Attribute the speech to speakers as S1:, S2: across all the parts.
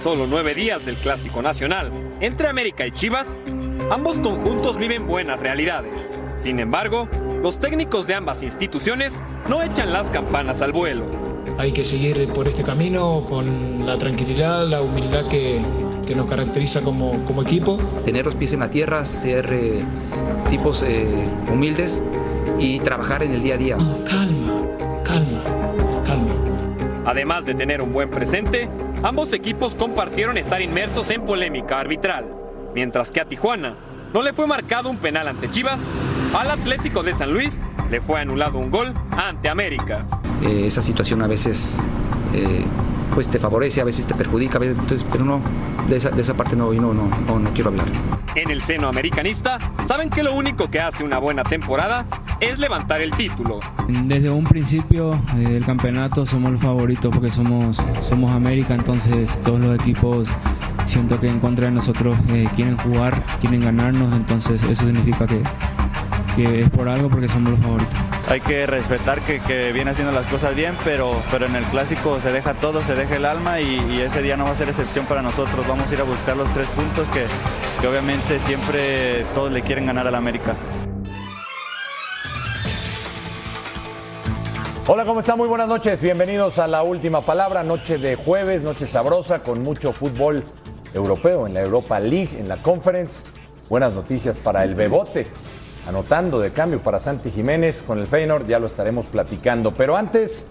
S1: solo nueve días del Clásico Nacional entre América y Chivas, ambos conjuntos viven buenas realidades. Sin embargo, los técnicos de ambas instituciones no echan las campanas al vuelo.
S2: Hay que seguir por este camino con la tranquilidad, la humildad que, que nos caracteriza como, como, equipo.
S3: Tener los pies en la tierra, ser eh, tipos eh, humildes y trabajar en el día a día.
S2: Oh, calma, calma, calma.
S1: Además de tener un buen presente, ambos equipos compartieron estar inmersos en polémica arbitral. Mientras que a Tijuana no le fue marcado un penal ante Chivas, al Atlético de San Luis le fue anulado un gol ante América.
S3: Eh, esa situación a veces eh, pues te favorece, a veces te perjudica, a veces, entonces, pero no, de esa, de esa parte no, no, no, no, no quiero hablar.
S1: En el seno americanista, saben que lo único que hace una buena temporada es levantar el título.
S4: Desde un principio eh, del campeonato somos los favoritos porque somos, somos América, entonces todos los equipos siento que en contra de nosotros eh, quieren jugar, quieren ganarnos, entonces eso significa que, que es por algo porque somos los favoritos.
S5: Hay que respetar que, que, viene haciendo las cosas bien, pero, pero en el clásico se deja todo, se deja el alma y, y ese día no va a ser excepción para nosotros. Vamos a ir a buscar los tres puntos que, que obviamente siempre todos le quieren ganar al América.
S6: Hola, ¿cómo están? Muy buenas noches. Bienvenidos a la última palabra, noche de jueves, noche sabrosa con mucho fútbol europeo en la Europa League, en la Conference. Buenas noticias para el Bebote, anotando de cambio para Santi Jiménez con el Feyenoord, ya lo estaremos platicando. Pero antes,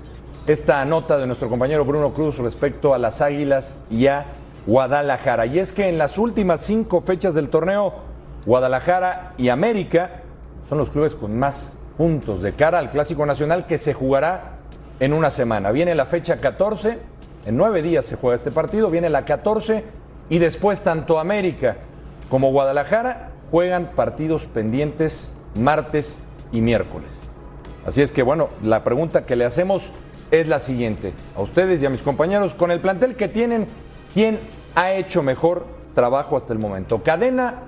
S6: esta nota de nuestro compañero Bruno Cruz respecto a las Águilas y a Guadalajara. Y es que en las últimas cinco fechas del torneo, Guadalajara y América son los clubes con más puntos de cara al Clásico Nacional que se jugará en una semana. Viene la fecha 14, en nueve días se juega este partido, viene la 14 y después tanto América como Guadalajara juegan partidos pendientes martes y miércoles. Así es que bueno, la pregunta que le hacemos es la siguiente. A ustedes y a mis compañeros, con el plantel que tienen, ¿quién ha hecho mejor trabajo hasta el momento? ¿Cadena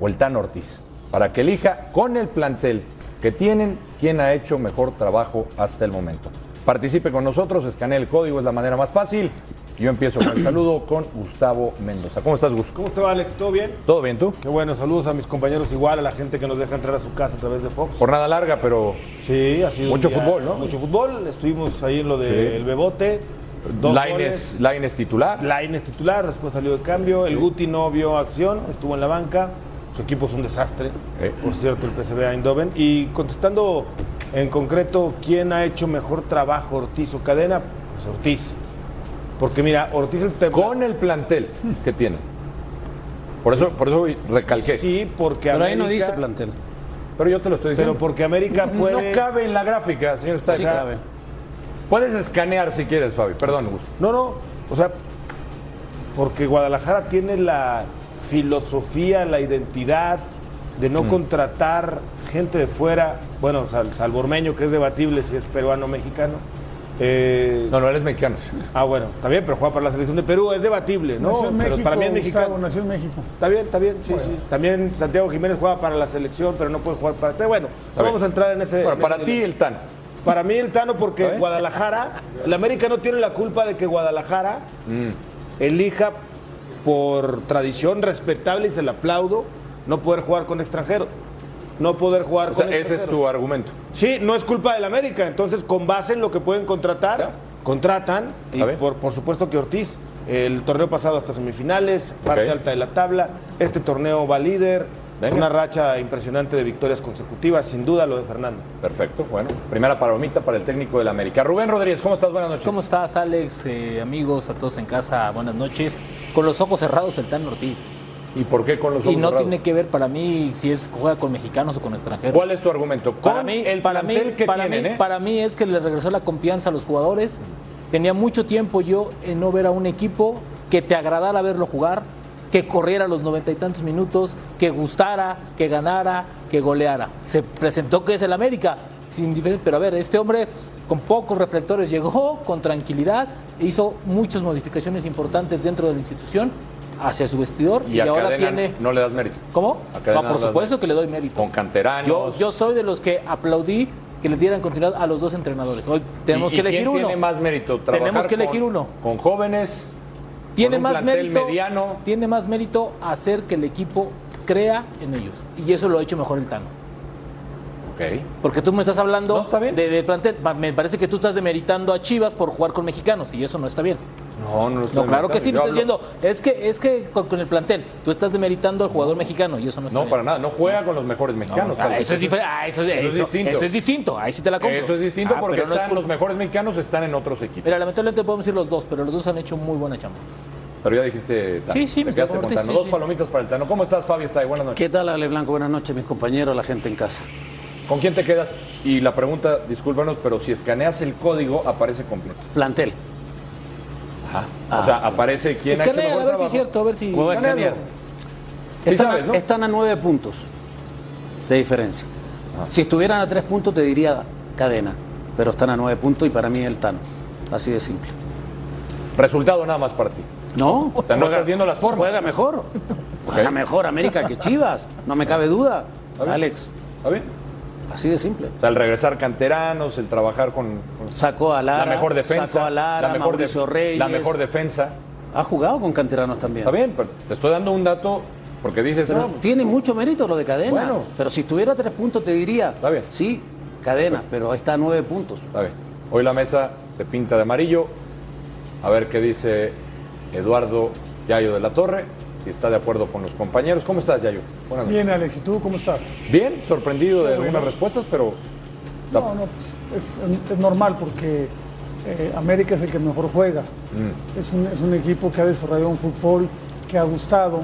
S6: o el Tan Ortiz? Para que elija con el plantel que tienen, quién ha hecho mejor trabajo hasta el momento. Participe con nosotros, escanee el código, es la manera más fácil. Yo empiezo con el saludo con Gustavo Mendoza. ¿Cómo estás, Gus?
S7: ¿Cómo te va, Alex? ¿Todo bien?
S6: ¿Todo bien, tú?
S7: Qué bueno, saludos a mis compañeros igual, a la gente que nos deja entrar a su casa a través de Fox.
S6: Jornada larga, pero.
S7: Sí, ha sido.
S6: Mucho día, fútbol, ¿no?
S7: Mucho fútbol. Estuvimos ahí en lo del de sí. Bebote.
S6: Laines, Laines titular.
S7: Laines titular, después salió de cambio. El sí. Guti no vio acción, estuvo en la banca. Su equipo es un desastre, ¿Eh? por cierto, el PSV Eindhoven. Y contestando en concreto, ¿quién ha hecho mejor trabajo, Ortiz o Cadena? Pues Ortiz. Porque mira, Ortiz el tema...
S6: Con el plantel que tiene. Por sí. eso, por eso recalqué.
S7: Sí, porque
S8: Pero América... ahí no dice plantel.
S6: Pero yo te lo estoy diciendo.
S7: Pero porque América puede.
S6: No cabe en la gráfica, señor Stack.
S8: Sí cabe.
S6: Puedes escanear si quieres, Fabi. Perdón, Gus.
S7: No, no. O sea, porque Guadalajara tiene la filosofía, la identidad de no mm. contratar gente de fuera, bueno, sal, salvo Ormeño, que es debatible si es peruano o mexicano.
S6: Eh... no, no eres mexicano.
S7: Ah, bueno, está bien, pero juega para la selección de Perú, es debatible, ¿no?
S9: Nació en
S7: pero
S9: México,
S7: para mí es
S9: Gustavo, mexicano. nació en México.
S7: Está bien, está bien, sí, bueno. sí. También Santiago Jiménez juega para la selección, pero no puede jugar para. Pero bueno, no vamos a entrar en ese.
S6: Bueno,
S7: en
S6: para
S7: ese
S6: ti, el Tano.
S7: Para mí, el Tano, porque Guadalajara, el América no tiene la culpa de que Guadalajara mm. elija por tradición respetable y se le aplaudo no poder jugar con extranjeros. No poder jugar
S6: o
S7: con
S6: sea, Ese es tu argumento.
S7: Sí, no es culpa del América. Entonces, con base en lo que pueden contratar, ¿Ya? contratan. Y por, por, supuesto que Ortiz, el torneo pasado hasta semifinales, parte okay. alta de la tabla. Este torneo va líder. Venga. Una racha impresionante de victorias consecutivas, sin duda lo de Fernando.
S6: Perfecto, bueno. Primera palomita para el técnico del América. Rubén Rodríguez, ¿cómo estás? Buenas noches.
S10: ¿Cómo estás, Alex? Eh, amigos, a todos en casa, buenas noches. Con los ojos cerrados, el Tan Ortiz.
S6: ¿Y por qué con los ojos
S10: Y no
S6: cerrados?
S10: tiene que ver para mí si es juega con mexicanos o con extranjeros.
S6: ¿Cuál es tu argumento? ¿Con
S10: para mí, el para mí,
S6: que
S10: para,
S6: tienen,
S10: mí
S6: ¿eh?
S10: para mí es que le regresó la confianza a los jugadores. Tenía mucho tiempo yo en no ver a un equipo que te agradara verlo jugar, que corriera los noventa y tantos minutos, que gustara, que ganara, que goleara. Se presentó que es el América, sin pero a ver, este hombre con pocos reflectores llegó, con tranquilidad, hizo muchas modificaciones importantes dentro de la institución hacia su vestidor y,
S6: y
S10: a ahora tiene
S6: no le das mérito.
S10: ¿Cómo?
S6: A
S10: no, por supuesto que le doy mérito.
S6: Con canteranos.
S10: Yo, yo soy de los que aplaudí que le dieran continuidad a los dos entrenadores. Hoy tenemos
S6: ¿Y,
S10: que elegir
S6: ¿quién
S10: uno.
S6: Tiene más mérito.
S10: Tenemos que elegir
S6: con,
S10: uno.
S6: Con jóvenes
S10: Tiene
S6: un
S10: más
S6: plantel
S10: mérito.
S6: mediano.
S10: Tiene más mérito hacer que el equipo crea en ellos. Y eso lo ha hecho mejor el Tano.
S6: Ok.
S10: Porque tú me estás hablando de, de plantel. Ma- Me parece que tú estás demeritando a Chivas por jugar con mexicanos y eso no está bien.
S6: No, no lo estoy
S10: No, claro que sí, me
S6: inventando.
S10: estás
S6: Yo
S10: diciendo. Es que, es que con, con el plantel, tú estás demeritando al jugador mexicano y eso no está
S6: hablo- No,
S10: bien.
S6: para nada. No juega con los mejores mexicanos.
S10: Ah,
S6: tal vez.
S10: eso es diferente. Ah, eso, es-
S6: Eso es
S10: eso-
S6: distinto.
S10: eso es distinto. Ahí sí te la compro.
S6: Eso es distinto
S10: Ah,
S6: porque
S10: pero no es
S6: están,
S10: cul-
S6: los mejores mexicanos están en otros equipos.
S10: Mira, lamentablemente podemos ir los dos, pero los dos han hecho muy buena chamba.
S6: Pero ya dijiste, Tano.
S10: Sí, sí,
S6: te
S10: me
S6: quedaste con
S10: acordé,
S6: Tano.
S10: sí,
S6: Dos
S10: sí.
S6: palomitas para el Tano. ¿Cómo estás, Fabi? Está ahí, buenas noches.
S8: ¿Qué tal, Ale Blanco? Buenas noches, mis compañeros, la gente en casa.
S6: ¿Con quién te quedas? Y la pregunta, discúlpanos, pero si escaneas el código, aparece completo.
S8: Plantel.
S6: o sea,
S8: Ah.
S6: aparece quién ha hecho
S10: Escanea,
S6: mejor
S10: a ver si
S6: trabajo.
S10: es cierto, a ver si.
S8: Voy a
S6: Escanealo.
S8: escanear.
S6: Sí
S8: Están,
S6: sabes,
S8: a,
S6: ¿no?
S8: están a nueve puntos de diferencia.
S6: Ah.
S8: Si estuvieran a tres puntos, te diría cadena. Pero están a nueve puntos y para mí es el Tano. Así de simple.
S6: Resultado nada más para ti.
S8: No.
S6: O sea, no estás viendo las formas.
S8: Juega mejor. Juega mejor América que Chivas. No me cabe duda.
S6: ver.
S8: Alex,
S6: ¿Está bien?
S8: así de simple.
S6: O sea, el regresar canteranos, el trabajar con, con
S8: Sacó a Lara.
S6: la mejor defensa.
S8: Sacó a Lara,
S6: la mejor de-
S8: Mauricio Reyes.
S6: La mejor defensa.
S8: Ha jugado con canteranos también.
S6: Está bien, pero te estoy dando un dato porque dices,
S8: Pero
S6: no, pues,
S8: tiene mucho mérito lo de cadena.
S6: Bueno.
S8: Pero si estuviera a tres puntos te diría.
S6: Está bien.
S8: Sí, cadena, pero ahí está a nueve puntos.
S6: Está bien. Hoy la mesa se pinta de amarillo. A ver qué dice Eduardo Yayo de la Torre, si está de acuerdo con los compañeros. ¿Cómo estás, Yayo? Buenas noches.
S9: Bien, Alex, ¿y tú cómo estás?
S6: Bien, sorprendido de
S9: Sí,
S6: algunas
S9: bueno.
S6: respuestas, pero la-
S9: No, no, pues, es, es normal porque eh, América es el que mejor juega.
S6: Mm.
S9: Es, un, es un equipo que ha desarrollado un fútbol que ha gustado.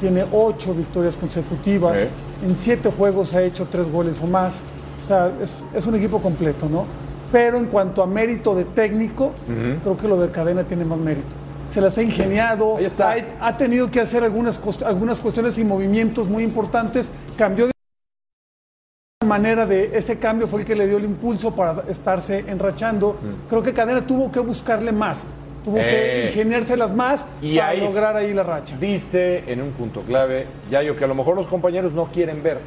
S9: Tiene ocho victorias consecutivas.
S6: Sí.
S9: En siete juegos ha hecho tres goles o más. O sea, es, es un equipo completo, ¿no? Pero en cuanto a mérito de técnico, creo que lo de cadena tiene más mérito. Se las ha ingeniado,
S6: Ahí está.
S9: Ha, ha tenido que hacer algunas, cos- algunas cuestiones y movimientos muy importantes. Cambió de manera de ese cambio fue el que le dio el impulso para estarse enrachando. Creo que Cadena tuvo que buscarle más, tuvo
S6: Mm. Eh.
S9: que ingeniárselas más
S6: Y
S9: para
S6: ahí-
S9: lograr ahí la racha.
S6: diste en un punto clave, Yayo, que a lo mejor los compañeros no quieren ver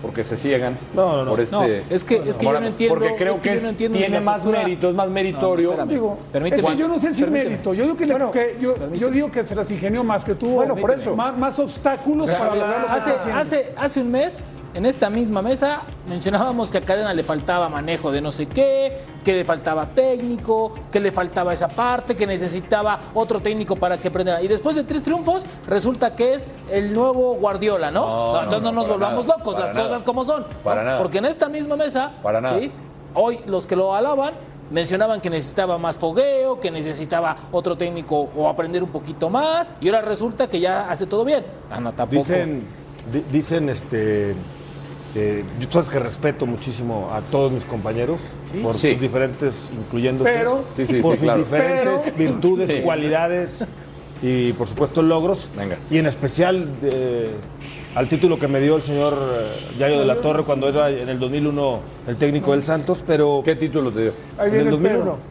S6: porque se ciegan
S7: No, no, no.
S6: por este.
S10: No, es que- es que yo no
S6: Ahora,
S10: entiendo-
S6: Porque creo
S10: es
S6: que,
S10: que yo
S6: es-
S10: no entiendo ni
S6: tiene
S10: la
S6: más
S10: postura.
S6: mérito, es más meritorio.
S10: espérame.
S9: Digo,
S10: Permíteme.
S9: es que yo no sé si
S10: Permíteme.
S9: mérito, yo digo que, le- que- yo, yo digo que se las ingenió más, que tuvo
S6: Bueno, por eso.
S9: más, más obstáculos para lograr lo que
S10: Hace,
S9: está haciendo.
S10: hace, hace un mes, en esta misma mesa, mencionábamos que a Cadena le faltaba manejo de no sé qué, que le faltaba técnico, que le faltaba esa parte, que necesitaba otro técnico para que aprendiera. Y después de tres triunfos, resulta que es el nuevo Guardiola, ¿no?
S6: No, no,
S10: entonces no,
S6: no,
S10: nos
S6: para
S10: volvamos
S6: nada,
S10: locos,
S6: para
S10: las
S6: nada.
S10: cosas como son.
S6: Para
S10: ¿no?
S6: nada.
S10: Porque en esta misma mesa,
S6: Para nada.
S10: ¿sí? hoy los que lo alaban mencionaban que necesitaba más fogueo, que necesitaba otro técnico o aprender un poquito más, y ahora resulta que ya hace todo bien. Ah, no, tampoco.
S7: Dicen, di- dicen este. eh, yo tú sabes que respeto muchísimo a todos mis compañeros por
S6: Sí.
S7: sus diferentes, incluyendo
S9: Pero-
S6: Sí, sí,
S7: por
S6: sí,
S7: sus
S6: claro.
S7: diferentes
S9: Pero-
S7: virtudes,
S6: Sí.
S7: cualidades y por supuesto logros.
S6: Venga.
S7: Y en especial eh, al título que me dio el señor eh, Yayo de la Torre cuando era en el 2001 el técnico del Santos, pero
S6: ¿Qué título te dio?
S9: Ahí
S7: en
S9: viene
S7: el
S9: el,
S7: 2001.
S9: Pedro.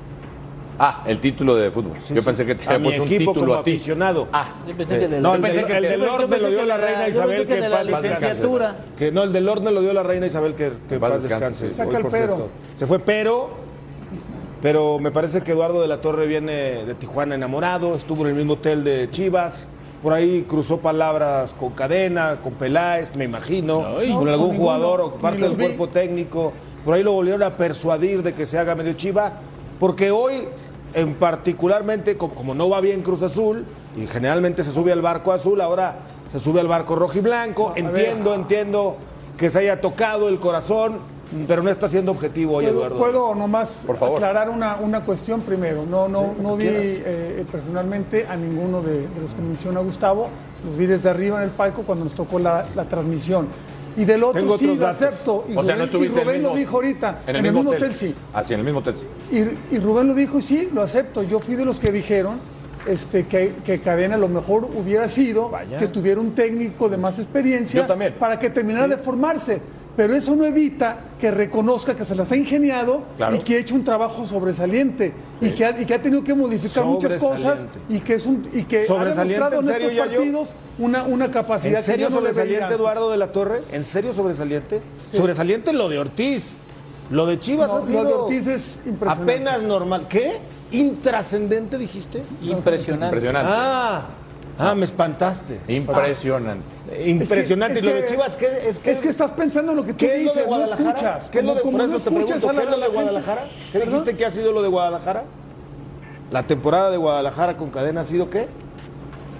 S6: Ah, el título de fútbol.
S7: Sí,
S6: Yo
S7: sí.
S6: pensé que te
S7: a
S6: había
S7: mi
S6: puesto un
S7: equipo como
S6: título a ti.
S7: aficionado.
S10: Ah, yo pensé que del-
S7: eh, No,
S10: yo
S7: el,
S10: pensé
S7: del-
S10: que
S7: el
S10: del-
S7: del
S10: yo
S7: Lord me
S10: pensé
S7: lo dio
S10: que
S7: la
S10: de
S7: reina
S10: yo
S7: Isabel
S10: pensé
S7: que
S10: que de la
S7: en paz descanse.
S10: licenciatura.
S7: Que no, el del Lord me lo dio la reina Isabel que, que en
S6: paz
S7: paz
S6: descanse,
S7: descanse.
S6: sí.
S7: hoy,
S9: Saca el
S7: por
S9: pero.
S7: cierto. Se fue pero. Pero me parece que Eduardo de la Torre viene de Tijuana enamorado, estuvo en el mismo hotel de Chivas, por ahí cruzó palabras con Cadena, con Peláez, me imagino, con
S9: No,
S7: algún
S9: con
S7: jugador o
S9: ninguno,
S7: parte
S9: ni los
S7: del
S9: vi.
S7: cuerpo técnico, por ahí lo volvieron a persuadir de que se haga medio Chiva, porque hoy, en particularmente, co- como no va bien Cruz Azul, y generalmente se sube al barco azul, ahora se sube al barco rojo y blanco, entiendo, entiendo que se haya tocado el corazón, pero no está siendo objetivo hoy,
S9: ¿Puedo,
S7: Eduardo.
S9: puedo nomás
S6: Por
S7: Ah,
S6: favor.
S9: aclarar una, una cuestión primero. No, no,
S7: Sí, lo
S9: no
S7: que
S9: vi
S7: quieras.
S9: eh, personalmente a ninguno de, de los que menciona Gustavo. Los vi desde arriba en el palco cuando nos tocó la, la transmisión. Y del otro
S7: Tengo
S9: sí
S7: otros
S9: lo
S7: datos.
S9: acepto. Y
S6: O sea,
S9: Rubén,
S6: no
S9: y
S6: estuviste en el
S9: Rubén lo
S6: mismo-
S9: dijo ahorita.
S6: En el mismo hotel.
S9: sí.
S6: Ah, sí, en el mismo hotel. sí.
S9: Y, y Rubén lo dijo y sí, lo acepto. Yo fui de los que dijeron este, que, que Cadena a lo mejor hubiera sido que tuviera un técnico de más experiencia
S6: Yo también.
S9: para que terminara de formarse. Pero eso no evita que reconozca que se las ha ingeniado
S6: Claro.
S9: y que ha hecho un trabajo sobresaliente y, que ha, y que ha tenido que modificar muchas cosas
S7: Sobresaliente.
S9: y que es un y que ha
S7: ¿Sobresaliente,
S9: demostrado
S7: en
S9: en,
S7: serio,
S9: estos
S7: Yayo?
S9: partidos una, una capacidad
S7: ¿En serio
S9: que yo no le
S7: sobresaliente
S9: veía.
S7: Eduardo de la Torre? ¿En serio sobresaliente? Sobresaliente lo de Ortiz. Lo de Chivas
S9: No,
S7: ha
S9: lo
S7: sido
S9: de Ortiz es impresionante.
S7: apenas normal. ¿Qué? intrascendente, dijiste.
S10: Impresionante.
S6: Impresionante.
S7: Ah, ah, me espantaste.
S6: Impresionante.
S7: Impresionante.
S9: Es
S7: y lo
S9: que-
S7: de Chivas, ¿qué es que
S9: Es que estás pensando lo que tú
S7: ¿Qué es lo
S9: dices,
S7: de
S9: no
S7: Guadalajara?
S9: escuchas.
S7: ¿Qué es lo de,
S9: Como-
S7: por
S9: como no
S7: eso te pregunto,
S9: escuchas a
S7: ¿qué
S9: la-
S7: es lo
S9: a la
S7: de
S9: gente.
S7: Guadalajara? ¿Qué
S9: ¿Perdón?
S7: dijiste que ha sido lo de Guadalajara? ¿La temporada de Guadalajara con cadena ha sido qué?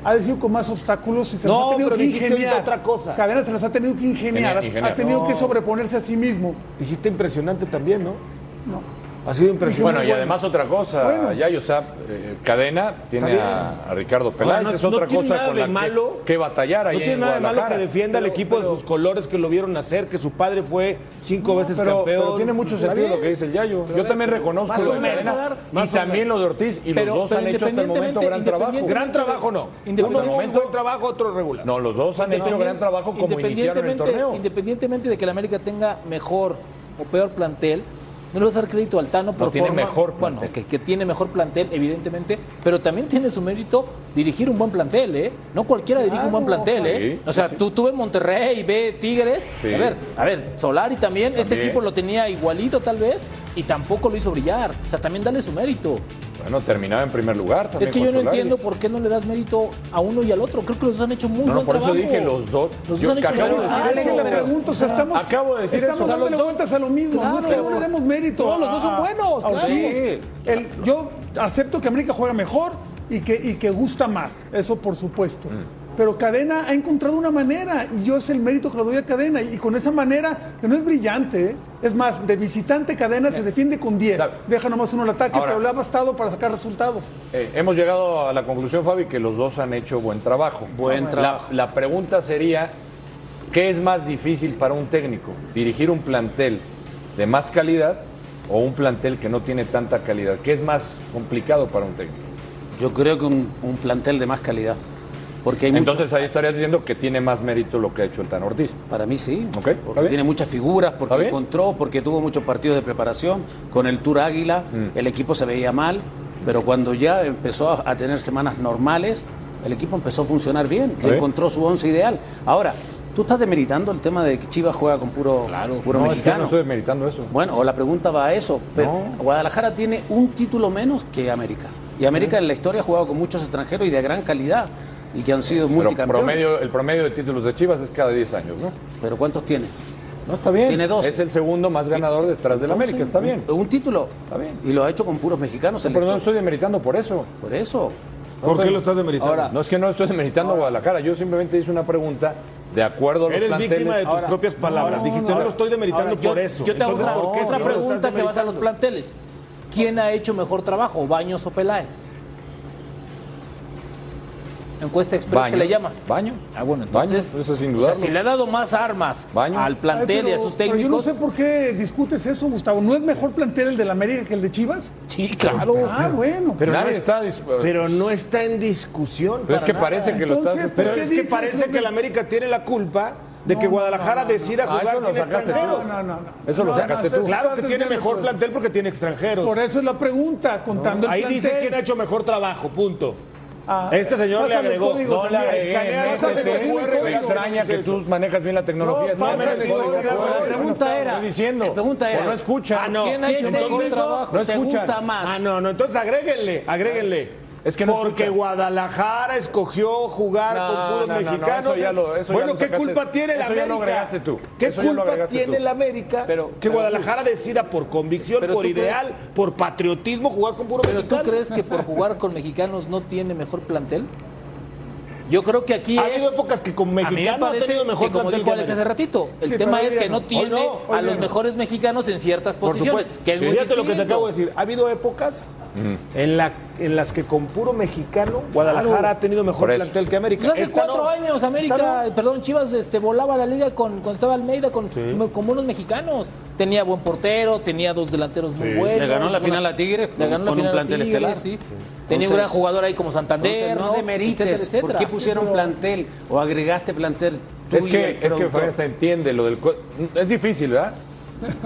S9: ha sido con más obstáculos y se
S7: No,
S9: las ha tenido
S7: pero
S9: que
S7: dijiste ahorita
S9: ingeniar.
S7: otra cosa.
S9: Cadena se las ha tenido que ingeniar,
S6: Ingeniar, ingeniar.
S9: ha tenido
S7: No.
S9: que sobreponerse a sí mismo.
S7: Dijiste impresionante también, ¿no?
S9: No.
S7: Ha sido impresionante.
S6: Bueno, y además otra cosa,
S9: Bueno.
S6: Yayo, o sea, eh, Cadena tiene
S7: bien.
S6: a, a Ricardo
S7: Ahora,
S6: Peláez,
S7: no-
S6: es otra
S7: no tiene
S6: cosa
S7: nada
S6: con
S7: de
S6: la que-
S7: malo.
S6: que, batallar ahí
S7: No tiene
S6: en
S7: nada de malo que
S6: Guadalajara.
S7: defienda al equipo de sus colores que lo vieron hacer, que su padre fue cinco veces
S6: pero,
S7: campeón.
S6: pero tiene mucho
S7: Está
S6: sentido
S7: bien.
S6: lo que dice el Yayo. Yo también reconozco
S7: Más
S6: lo
S7: o
S6: de
S7: menos.
S6: Cadena
S7: Más
S6: y
S7: o
S6: también
S7: menos.
S6: lo de Ortiz y
S10: Pero-
S6: los dos
S10: pero
S6: han hecho hasta el momento gran
S10: independiente-
S6: trabajo.
S7: Gran trabajo no.
S10: Independiente-
S7: Uno muy buen trabajo, otro regular.
S6: No, los dos han hecho gran trabajo como iniciaron el
S10: Independientemente-
S6: torneo.
S10: Independientemente de que el América tenga mejor o peor plantel, no le vas a dar crédito al Tano por
S6: tiene
S10: forma-
S6: mejor
S10: bueno,
S6: plantel.
S10: que, que tiene mejor plantel, evidentemente, pero también tiene su mérito dirigir un buen plantel, ¿eh? No cualquiera dirige un buen plantel, ¿eh?
S6: Sí,
S10: O sea, tú, tú ve Monterrey, ve Tigres,
S6: Sí.
S10: a ver, a ver, Solari también, este
S6: También.
S10: equipo lo tenía igualito tal vez y tampoco lo hizo brillar, o sea, también dale su mérito.
S6: Bueno, terminaba en primer lugar.
S10: Es
S6: también
S10: que
S6: con
S10: yo no
S6: Solari.
S10: entiendo por qué no le das mérito a uno y al otro. Creo que los dos han hecho muy
S6: No,
S10: buen
S6: por eso
S10: trabajo.
S6: dije los dos.
S10: Los
S6: Yo
S10: dos han hecho
S6: acabo
S10: buen
S6: de decir
S10: trabajo.
S9: Ah, es que
S6: eso.
S9: le pregunto, o sea, estamos,
S6: Acabo de decir
S9: estamos
S6: eso. O sea,
S9: dándole
S6: los dos-
S9: vueltas a lo mismo.
S10: Claro.
S9: no es que uno le demos mérito.
S10: No, los dos son
S9: a-
S10: buenos,
S9: a
S10: claro.
S9: Ortiz.
S10: Sí.
S9: El- yo acepto que América juega mejor y que, y que gusta más, eso por supuesto.
S6: Mm.
S9: Pero Cadena ha encontrado una manera y yo es el mérito que le doy a Cadena. Y con esa manera, que no es brillante, ¿eh? es más, de visitante Cadena se defiende con 10.
S6: Claro.
S9: Deja nomás uno el ataque,
S6: Ahora-
S9: pero le ha bastado para sacar resultados.
S6: Eh, hemos llegado a la conclusión, Fabi, que los dos han hecho buen trabajo.
S8: Buen
S6: La-
S8: trabajo.
S6: La, pregunta sería, ¿qué es más difícil para un técnico? ¿Dirigir un plantel de más calidad o un plantel que no tiene tanta calidad? ¿Qué es más complicado para un técnico?
S8: Yo creo que un, un plantel de más calidad. Porque hay muchos-
S6: Entonces ahí estarías diciendo que tiene más mérito lo que ha hecho el Tan Ortiz.
S8: Para mí sí.
S6: Ok, está
S8: Porque
S6: bien.
S8: tiene muchas figuras,
S6: Está
S8: porque
S6: bien.
S8: encontró, porque tuvo muchos partidos de preparación. Con el Tour Águila,
S6: Mm.
S8: el equipo se veía mal, pero cuando ya empezó a, a tener semanas normales, el equipo empezó a funcionar bien.
S6: bien.
S8: Encontró su once ideal. Ahora, tú estás demeritando el tema de que Chivas juega con puro, puro
S6: no, es que
S8: mexicano.
S6: no estoy meritando eso.
S8: Bueno, o la pregunta va a eso. Pero
S6: No.
S8: Guadalajara tiene un título menos que América. Y América en la historia ha jugado con muchos extranjeros y de gran calidad. Y que han sido
S6: Pero
S8: multicampeones.
S6: promedio, el promedio de títulos de Chivas es cada 10 años, ¿no?
S8: Pero ¿cuántos tiene?
S6: No, está bien.
S8: Tiene 12.
S6: Es el segundo más ganador detrás del América, está bien.
S8: Un, un título.
S6: Está bien.
S8: Y lo ha hecho con puros mexicanos. en la
S6: Pero no
S8: historia.
S6: estoy demeritando por eso.
S8: Por eso.
S7: ¿Por qué lo estás demeritando?
S10: Ahora,
S6: No es que no estoy demeritando a Guadalajara, yo simplemente hice una pregunta de acuerdo a los
S7: Eres
S6: planteles.
S7: víctima de tus
S10: Ahora,
S7: propias palabras.
S10: no,
S7: Dijiste,
S10: no,
S7: no,
S10: no.
S7: lo estoy demeritando
S10: Ahora,
S7: por
S10: yo-
S7: eso.
S10: Yo te hago
S7: Entonces,
S10: otra,
S7: ¿por qué
S10: otra
S7: si lo estás
S10: pregunta que vas a los
S7: demeritando?
S10: planteles. ¿Quién ha hecho mejor trabajo, Baños o Peláez? Encuesta express
S6: Baños.
S10: que le llamas.
S6: Baños.
S10: Ah, bueno, entonces.
S6: Baños, eso sin
S10: o sea,
S6: dudarlo.
S10: si le ha dado más armas
S6: Baños.
S10: al plantel
S9: Ay,
S10: y a
S9: pero-
S10: sus
S9: pero
S10: técnicos.
S9: yo no sé por qué discutes eso, Gustavo. ¿No es mejor plantel el del América que el de Chivas?
S10: Sí, claro.
S9: Ah, bueno.
S7: Pero
S6: Nadie
S7: no
S6: está dis-
S7: pero no está en discusión.
S6: Pero es
S7: para
S6: que
S7: nada.
S6: parece que lo
S9: Entonces,
S6: estás...
S7: Pero
S9: ¿Por qué
S7: es que
S9: dices lo
S7: parece
S9: que-
S7: que el América tiene la culpa de que Guadalajara decida
S6: Ah,
S7: jugar
S6: eso lo
S7: sin
S6: sacaste tú.
S7: extranjeros.
S9: No, no, no.
S6: Eso lo
S9: No,
S6: sacaste
S9: no,
S6: tú.
S9: eso-
S7: Claro que
S9: Estás
S7: tiene
S9: entendiendo,
S7: mejor
S9: pues.
S7: plantel porque tiene extranjeros.
S9: Por eso es la pregunta, contando el
S7: Ahí
S9: plantel.
S7: dice quién ha hecho mejor trabajo, punto.
S9: Ah,
S7: este señor le
S9: pásame el
S7: agregó.
S9: código
S6: No le
S9: también.
S6: agregué,
S7: Escanea,
S6: métete,
S9: pásame el
S6: me
S9: código.
S6: extraña que tú manejas bien la
S9: No,
S6: tecnología. me
S9: pásale,
S6: lo digo,
S9: código,
S6: de acuerdo.
S9: la
S8: pregunta era-
S6: Estoy diciendo.
S8: la pregunta era-
S6: O no escucha.
S7: Ah, no.
S10: ¿Quién ha hecho
S8: ¿Quién te
S10: mejor
S8: dijo?
S10: trabajo?
S6: No
S8: te
S6: escuchan.
S8: gusta más?
S7: Ah, no, no, entonces agréguenle, agréguenle.
S6: Es que no
S7: Porque
S6: escucha.
S7: Guadalajara escogió jugar
S6: No,
S7: con
S6: no,
S7: puros
S6: no, no,
S7: mexicanos.
S6: eso ya lo- eso ya
S7: bueno,
S6: lo
S7: ¿qué
S6: sacaste-
S7: culpa tiene el
S6: eso ya
S7: América?
S6: lo agregaste tú.
S7: ¿Qué
S6: Eso ya lo
S7: culpa
S6: agregaste
S7: tiene
S6: tú.
S7: el América
S10: Pero-
S7: que
S10: pero
S7: Guadalajara decida por convicción,
S10: Pero
S7: por
S10: tú crees-
S7: ideal, por patriotismo jugar con puros
S10: Pero tú
S7: mexicanos?
S10: crees que por jugar con mexicanos no tiene mejor plantel? Yo creo que aquí
S7: Ha
S10: es-
S7: habido épocas que con
S10: A mí me
S7: mexicanos ha
S10: parece
S7: tenido mejor
S10: que como
S7: plantel
S10: dijo
S7: que
S10: Alex hace
S7: América.
S10: ratito, el
S9: Sí,
S10: tema
S9: pero
S10: es que
S9: hoy
S10: no
S9: no.
S10: tiene
S7: Hoy no,
S10: a los mejores mexicanos en ciertas
S7: Por
S10: posiciones.
S7: supuesto.
S10: Que es muy
S7: Fíjate lo que te
S10: distinto.
S7: acabo de decir. Ha habido épocas en, la, en las que con puro mexicano Guadalajara
S10: Claro.
S7: ha tenido mejor
S6: Por eso.
S7: plantel que América.
S10: Yo hace
S7: Esta
S10: cuatro
S7: no.
S10: años
S7: Esta
S10: América,
S7: no.
S10: perdón, Chivas este, volaba la liga con, con estaba Almeida, con,
S7: Sí.
S10: con buenos mexicanos. Tenía buen portero, tenía dos delanteros muy
S7: Sí.
S10: buenos.
S8: Le ganó la
S10: una-
S8: final a Tigres
S10: le
S8: con,
S10: ganó
S8: con
S10: la
S8: un
S10: final a
S8: plantel
S10: Tigres,
S8: estelar.
S10: sí. Tenía
S8: Entonces-
S10: un gran jugador ahí como Santander,
S8: Entonces, no
S10: ¿no?
S8: demerites.
S10: Etcétera, etcétera.
S8: ¿Por qué pusieron plantel o agregaste plantel tú
S6: Es
S8: y
S6: que,
S8: el
S6: es que
S8: productor?
S6: Fabián se entiende lo del... co- Es difícil, ¿verdad?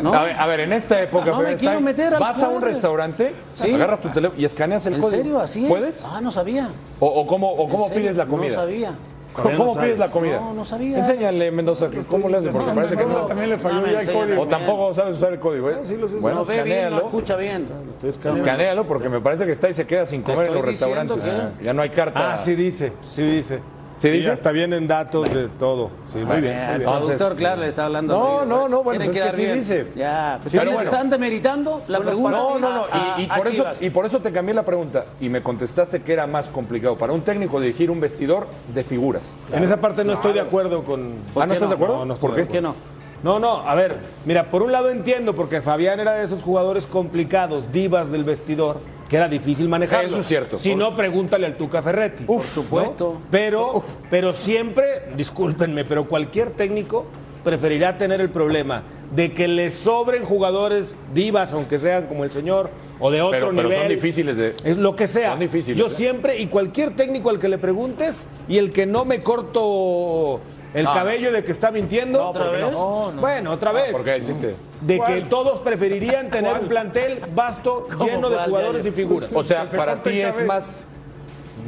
S8: No.
S6: A, ver, a ver, en esta época,
S8: No me
S6: Fabián
S8: quiero
S6: Stein,
S8: meter al
S6: vas a un
S8: cuadro.
S6: restaurante,
S8: Sí.
S6: agarras tu teléfono y escaneas el
S8: ¿En
S6: código.
S8: serio? ¿Así es?
S6: ¿Puedes?
S8: Ah, no sabía.
S6: ¿O, o cómo, o
S8: ¿En
S6: cómo
S8: serio?
S6: pides la comida?
S8: No sabía.
S6: ¿Cómo,
S7: Todavía no
S6: pides
S7: sabe.
S6: la comida?
S8: No, no sabía.
S6: Enséñale, Mendoza, que ¿cómo le haces? Porque
S9: No,
S6: parece que
S9: Mendoza
S6: no.
S9: también le falló
S8: No me
S9: ya el
S8: enseña.
S9: código.
S6: O tampoco sabes usar el código, ¿eh?
S7: sí lo sé usar.
S6: bueno,
S8: no ve bien, no
S6: escanéalo.
S8: escucha bien.
S7: Estoy escaneando.
S6: Escanéalo porque me parece que está y se queda sin comer en
S8: estoy
S6: los
S8: diciendo
S6: restaurantes.
S8: que-
S6: Ya no hay carta.
S7: Ah, sí dice, sí dice.
S6: ¿Sí
S7: Y
S6: dice?
S7: Hasta vienen datos de todo. Sí, muy bien.
S8: Eh,
S7: muy
S8: El
S7: bien.
S8: productor, claro, le está hablando.
S6: No,
S8: a mí,
S6: no,
S8: güey.
S6: no, bueno,
S8: Quiere
S6: pero es que
S8: quedar
S6: sí
S8: bien.
S6: dice.
S8: Ya, pero
S6: Sí,
S8: ustedes
S6: pero bueno.
S8: están demeritando la pregunta.
S6: No, no, no.
S8: a-
S6: Y, y
S8: a
S6: por eso,
S8: Chivas.
S6: y por eso te cambié la pregunta y me contestaste que era más complicado para un técnico dirigir un vestidor de figuras.
S7: En esa parte no estoy de acuerdo con.
S8: ¿Por
S6: Ah, ¿no
S8: qué
S6: estás de acuerdo?
S7: No, no estoy
S6: ¿Por
S7: de
S6: qué?
S8: ¿Por qué no?
S7: No, no, a ver, mira, por un lado entiendo, porque Fabián era de esos jugadores complicados, divas del vestidor, que era difícil manejar.
S6: Eso es cierto.
S7: Si
S6: Por
S7: no, pregúntale al Tuca Ferretti.
S8: Por supuesto.
S7: Pero, pero siempre, discúlpenme, pero cualquier técnico preferirá tener el problema de que le sobren jugadores divas, aunque sean como el señor o de otro
S6: Pero, pero
S7: nivel.
S6: son difíciles de.
S7: Es lo que sea.
S6: Son difíciles,
S7: Yo
S6: ¿eh?
S7: siempre, y cualquier técnico al que le preguntes, y el que no me corto el
S6: No.
S7: cabello de que está mintiendo.
S8: No, ¿otra ¿por qué no? vez?
S7: Bueno, otra
S6: Ah,
S7: vez.
S6: ¿Por qué dijiste?
S7: De que todos preferirían tener un plantel vasto,
S8: ¿Cómo
S7: lleno de
S8: cuál,
S7: jugadores y
S8: Yayo?
S7: figuras.
S6: O sea, para ti es más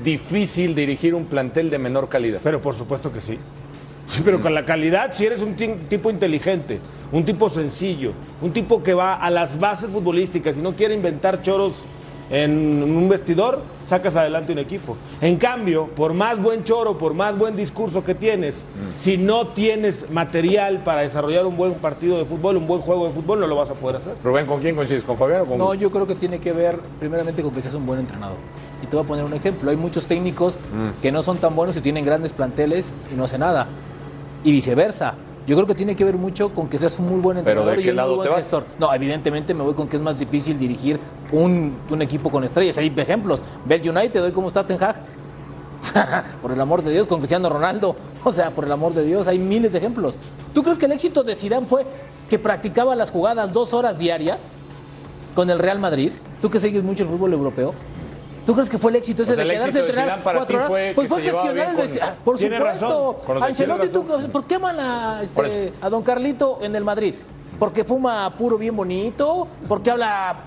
S6: difícil dirigir un plantel de menor calidad.
S7: Pero por supuesto que sí. Sí, pero con la calidad, si eres un ti- tipo inteligente, un tipo sencillo, un tipo que va a las bases futbolísticas y no quiere inventar choros en un vestidor, sacas adelante un equipo. En cambio, por más buen choro, por más buen discurso que tienes,
S10: Mm.
S7: si no tienes material para desarrollar un buen partido de fútbol, un buen juego de fútbol, no lo vas a poder hacer.
S6: Rubén, ¿con quién coincides? ¿Con Fabián o con
S10: No, yo creo que tiene que ver primeramente con que seas un buen entrenador. Y te voy a poner un ejemplo. Hay muchos técnicos
S6: Mm.
S10: que no son tan buenos y tienen grandes planteles y no hacen nada. Y viceversa. Yo creo que tiene que ver mucho con que seas un muy buen
S6: Pero, ¿de
S10: entrenador y
S6: qué
S10: un
S6: lado
S10: muy buen
S6: te vas?
S10: gestor. No, evidentemente me voy con que es más difícil dirigir un, un equipo con estrellas. Hay ejemplos. Ver United, hoy cómo está Ten Hag. por el amor de Dios, con Cristiano Ronaldo. O sea, por el amor de Dios, hay miles de ejemplos. ¿Tú crees que el éxito de Zidane fue que practicaba las jugadas dos horas diarias? con el Real Madrid, tú que sigues mucho el fútbol europeo, ¿tú crees que fue el éxito ese
S6: O sea,
S10: de
S6: el
S10: quedarse
S6: éxito de
S10: entrenar
S6: Zidane para
S10: cuatro
S6: ti
S10: horas?
S6: fue
S10: pues
S6: que
S10: fue
S6: se llevaba
S10: gestionar el
S6: bien
S10: vesti-
S6: con-
S10: Ah, Por
S7: Tiene
S10: supuesto.
S7: razón,
S6: con los de
S10: Ancelotti,
S6: Chivas,
S10: tú- ¿por qué aman a, este,
S6: Por eso.
S10: a Don Carlito en el Madrid? ¿Porque fuma puro bien bonito? ¿Porque habla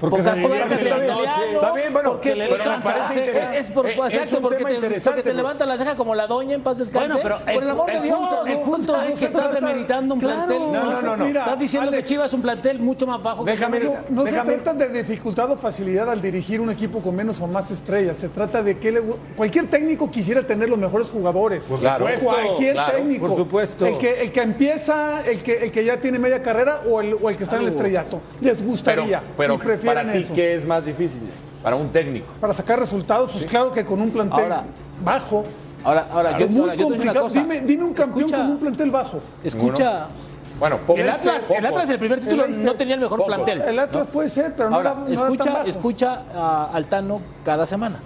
S7: Porque
S10: pocas
S7: se divierten
S10: palabras en
S7: en la
S10: italiano?
S7: noche.
S6: Está bien, bueno,
S10: porque le
S6: pero me
S10: encanta.
S6: parece interesante.
S10: Es por,
S6: Eh, es
S10: exacto,
S6: un
S10: porque
S6: tema
S10: te, porque
S6: interesante,
S10: te
S6: porque-
S10: levanta la ceja como la doña en paz descanse.
S8: Bueno, pero el,
S10: por el amor
S8: el
S10: de Dios.
S8: punto, el
S10: o
S8: punto
S10: sea,
S8: es que
S10: se
S8: estás
S10: trata-
S8: demeritando un
S10: Claro.
S8: plantel.
S9: No, no, no, no.
S8: Estás diciendo
S9: Alex.
S8: que Chivas es un plantel mucho más bajo. que-
S6: Déjame,
S9: No, no se
S6: déjame.
S9: trata de dificultad o facilidad al dirigir un equipo con menos o más estrellas. Se trata de que le gu- cualquier técnico quisiera tener los mejores jugadores. Por
S6: Claro. supuesto,
S9: Cualquier
S6: claro,
S9: técnico.
S7: por supuesto.
S9: El que, el que empieza, el que, el que ya tiene media carrera o el, o el que está en el estrellato. Les
S6: Pero,
S9: gustaría.
S6: pero
S9: y prefieren
S6: para ti,
S9: eso.
S6: ¿qué es más difícil? Para un técnico.
S9: Para sacar resultados, pues claro que con un plantel
S10: Ahora-
S9: bajo.
S10: Ahora, ahora, yo,
S9: es muy
S10: ahora, yo te voy a decir una
S9: complicado.
S10: cosa.
S9: Dime, dime un campeón
S10: Escucha.
S9: con un plantel bajo.
S10: Escucha,
S6: Bueno, este poco.
S10: el Atlas,
S6: Poco.
S10: el Atlas, el primer título,
S9: El Leicester.
S10: no tenía el mejor
S6: Pocos.
S10: plantel.
S9: El Atlas puede ser, pero no
S10: Ahora,
S9: era- no era tan
S10: escucha,
S9: bajo.
S10: escucha a Altano cada semana.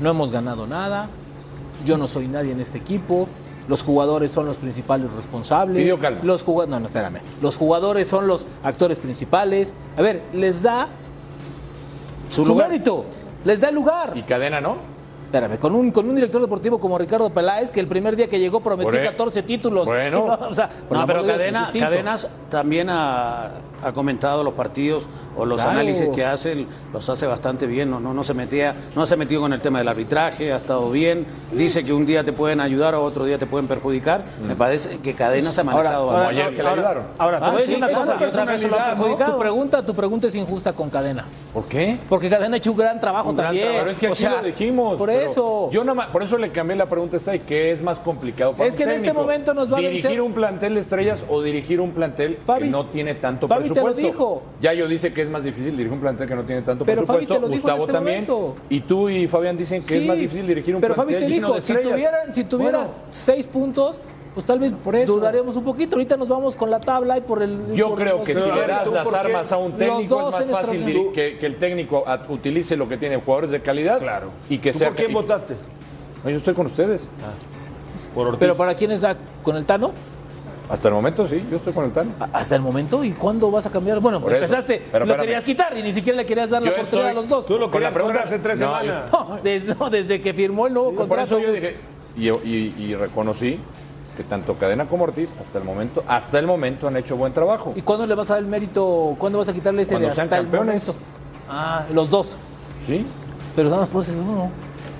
S10: No hemos ganado nada. Yo no soy nadie en este equipo. Los jugadores son los principales responsables.
S6: Pidió calma.
S10: Los jugadores, no, no, espérame. Los jugadores son los actores principales. A ver, les da su,
S6: lugar.
S10: mérito. Les da el lugar.
S6: Y cadena, ¿no?
S10: Espérame, con un, con un director deportivo como Ricardo Peláez, que el primer día que llegó prometió
S6: Por e-
S10: 14 títulos.
S6: Bueno.
S10: No, o sea, por
S8: No,
S10: el
S8: pero
S10: amor de Dios,
S8: cadena,
S10: es distinto.
S8: Cadenas también ha, ha comentado los partidos o los
S10: Claro.
S8: análisis que hace, los hace bastante bien, no, no, no se metía, no se ha metido con el tema del arbitraje, ha estado bien, dice que un día te pueden ayudar o otro día te pueden perjudicar, me parece que Cadenas se ha manejado
S10: Mm. ahora,
S8: bastante
S6: ayer que le ayudaron.
S10: Ahora, te
S8: Ah,
S10: voy a decir
S8: sí,
S10: una
S8: esa
S10: cosa.
S8: es otra vez lo ha
S10: ¿no?
S8: perjudicado.
S10: Tu pregunta, tu pregunta es injusta con Cadena.
S6: ¿Por qué?
S10: Porque Cadena ha hecho un gran trabajo
S6: Un gran
S10: también.
S6: trabajo. Pero es que
S10: O
S6: aquí
S10: sea,
S6: lo dijimos.
S10: Por
S6: pero
S10: eso.
S6: Yo nada más, por eso le cambié la pregunta esta y que es más complicado para
S10: Es
S6: un
S10: que en este
S6: técnico,
S10: momento nos va a
S6: Dirigir
S10: vencer-
S6: un plantel de estrellas o dirigir un plantel
S10: Fabi-
S6: que no tiene tanto
S10: Fabi te lo
S6: presupuesto.
S10: dijo.
S6: Ya yo dice que es más difícil dirigir un plantel que no tiene tanto
S10: Pero Fabi te
S6: presupuesto.
S10: lo dijo en
S6: Gustavo
S10: este
S6: también.
S10: momento.
S6: Y tú y Fabián dicen que es
S10: Sí,
S6: más difícil dirigir un
S10: Pero Fabi
S6: plantel
S10: te
S6: lleno
S10: dijo,
S6: de
S10: si
S6: estrellas.
S10: tuvieran, si tuviera
S6: Bueno,
S10: seis puntos, pues tal vez
S6: Por eso.
S10: dudaríamos un poquito. Ahorita nos vamos con la tabla y por el.
S6: Yo
S10: por-
S6: creo que
S10: por-
S6: si
S7: Pero a
S6: le
S7: ver,
S6: das
S7: ¿tú
S6: las
S7: por qué?
S6: armas a un
S10: Los
S6: técnico
S10: dos
S6: es más
S10: en
S6: fácil
S10: extraordinario.
S6: diri- que, que el técnico at- utilice lo que tiene jugadores de calidad
S7: Claro.
S6: y que
S7: ¿Tú
S6: sea.
S7: ¿Por quién
S6: y-
S7: votaste?
S6: No, yo estoy con ustedes.
S7: Por Ortiz.
S10: Pero para quién es la- con el Tano,
S6: Hasta el momento sí, yo estoy con el Tano.
S10: A- hasta el momento, ¿y cuándo vas a cambiar? Bueno,
S6: Por eso.
S10: empezaste,
S6: Pero
S10: lo
S6: espérame.
S10: querías quitar y ni siquiera le querías dar la
S6: Yo
S10: oportunidad
S6: estoy-
S10: a los dos.
S7: Tú lo
S6: Con la
S7: querías
S6: pregunta-
S7: comprar hace tres
S6: No, yo-
S7: semanas.
S10: No, desde, no, desde que firmó el nuevo
S6: Por
S10: contrato.
S6: eso yo dije, y, y- y reconocí que tanto Cadena como Ortiz, hasta el momento, hasta el momento han hecho buen trabajo.
S10: ¿Y cuándo le vas a dar el mérito? ¿Cuándo vas a quitarle ese
S6: Cuando
S10: de
S6: sean
S10: hasta el
S6: campeones.
S10: momento? Ah, los dos.
S6: ¿Sí?
S10: Pero nada más puede ser uno.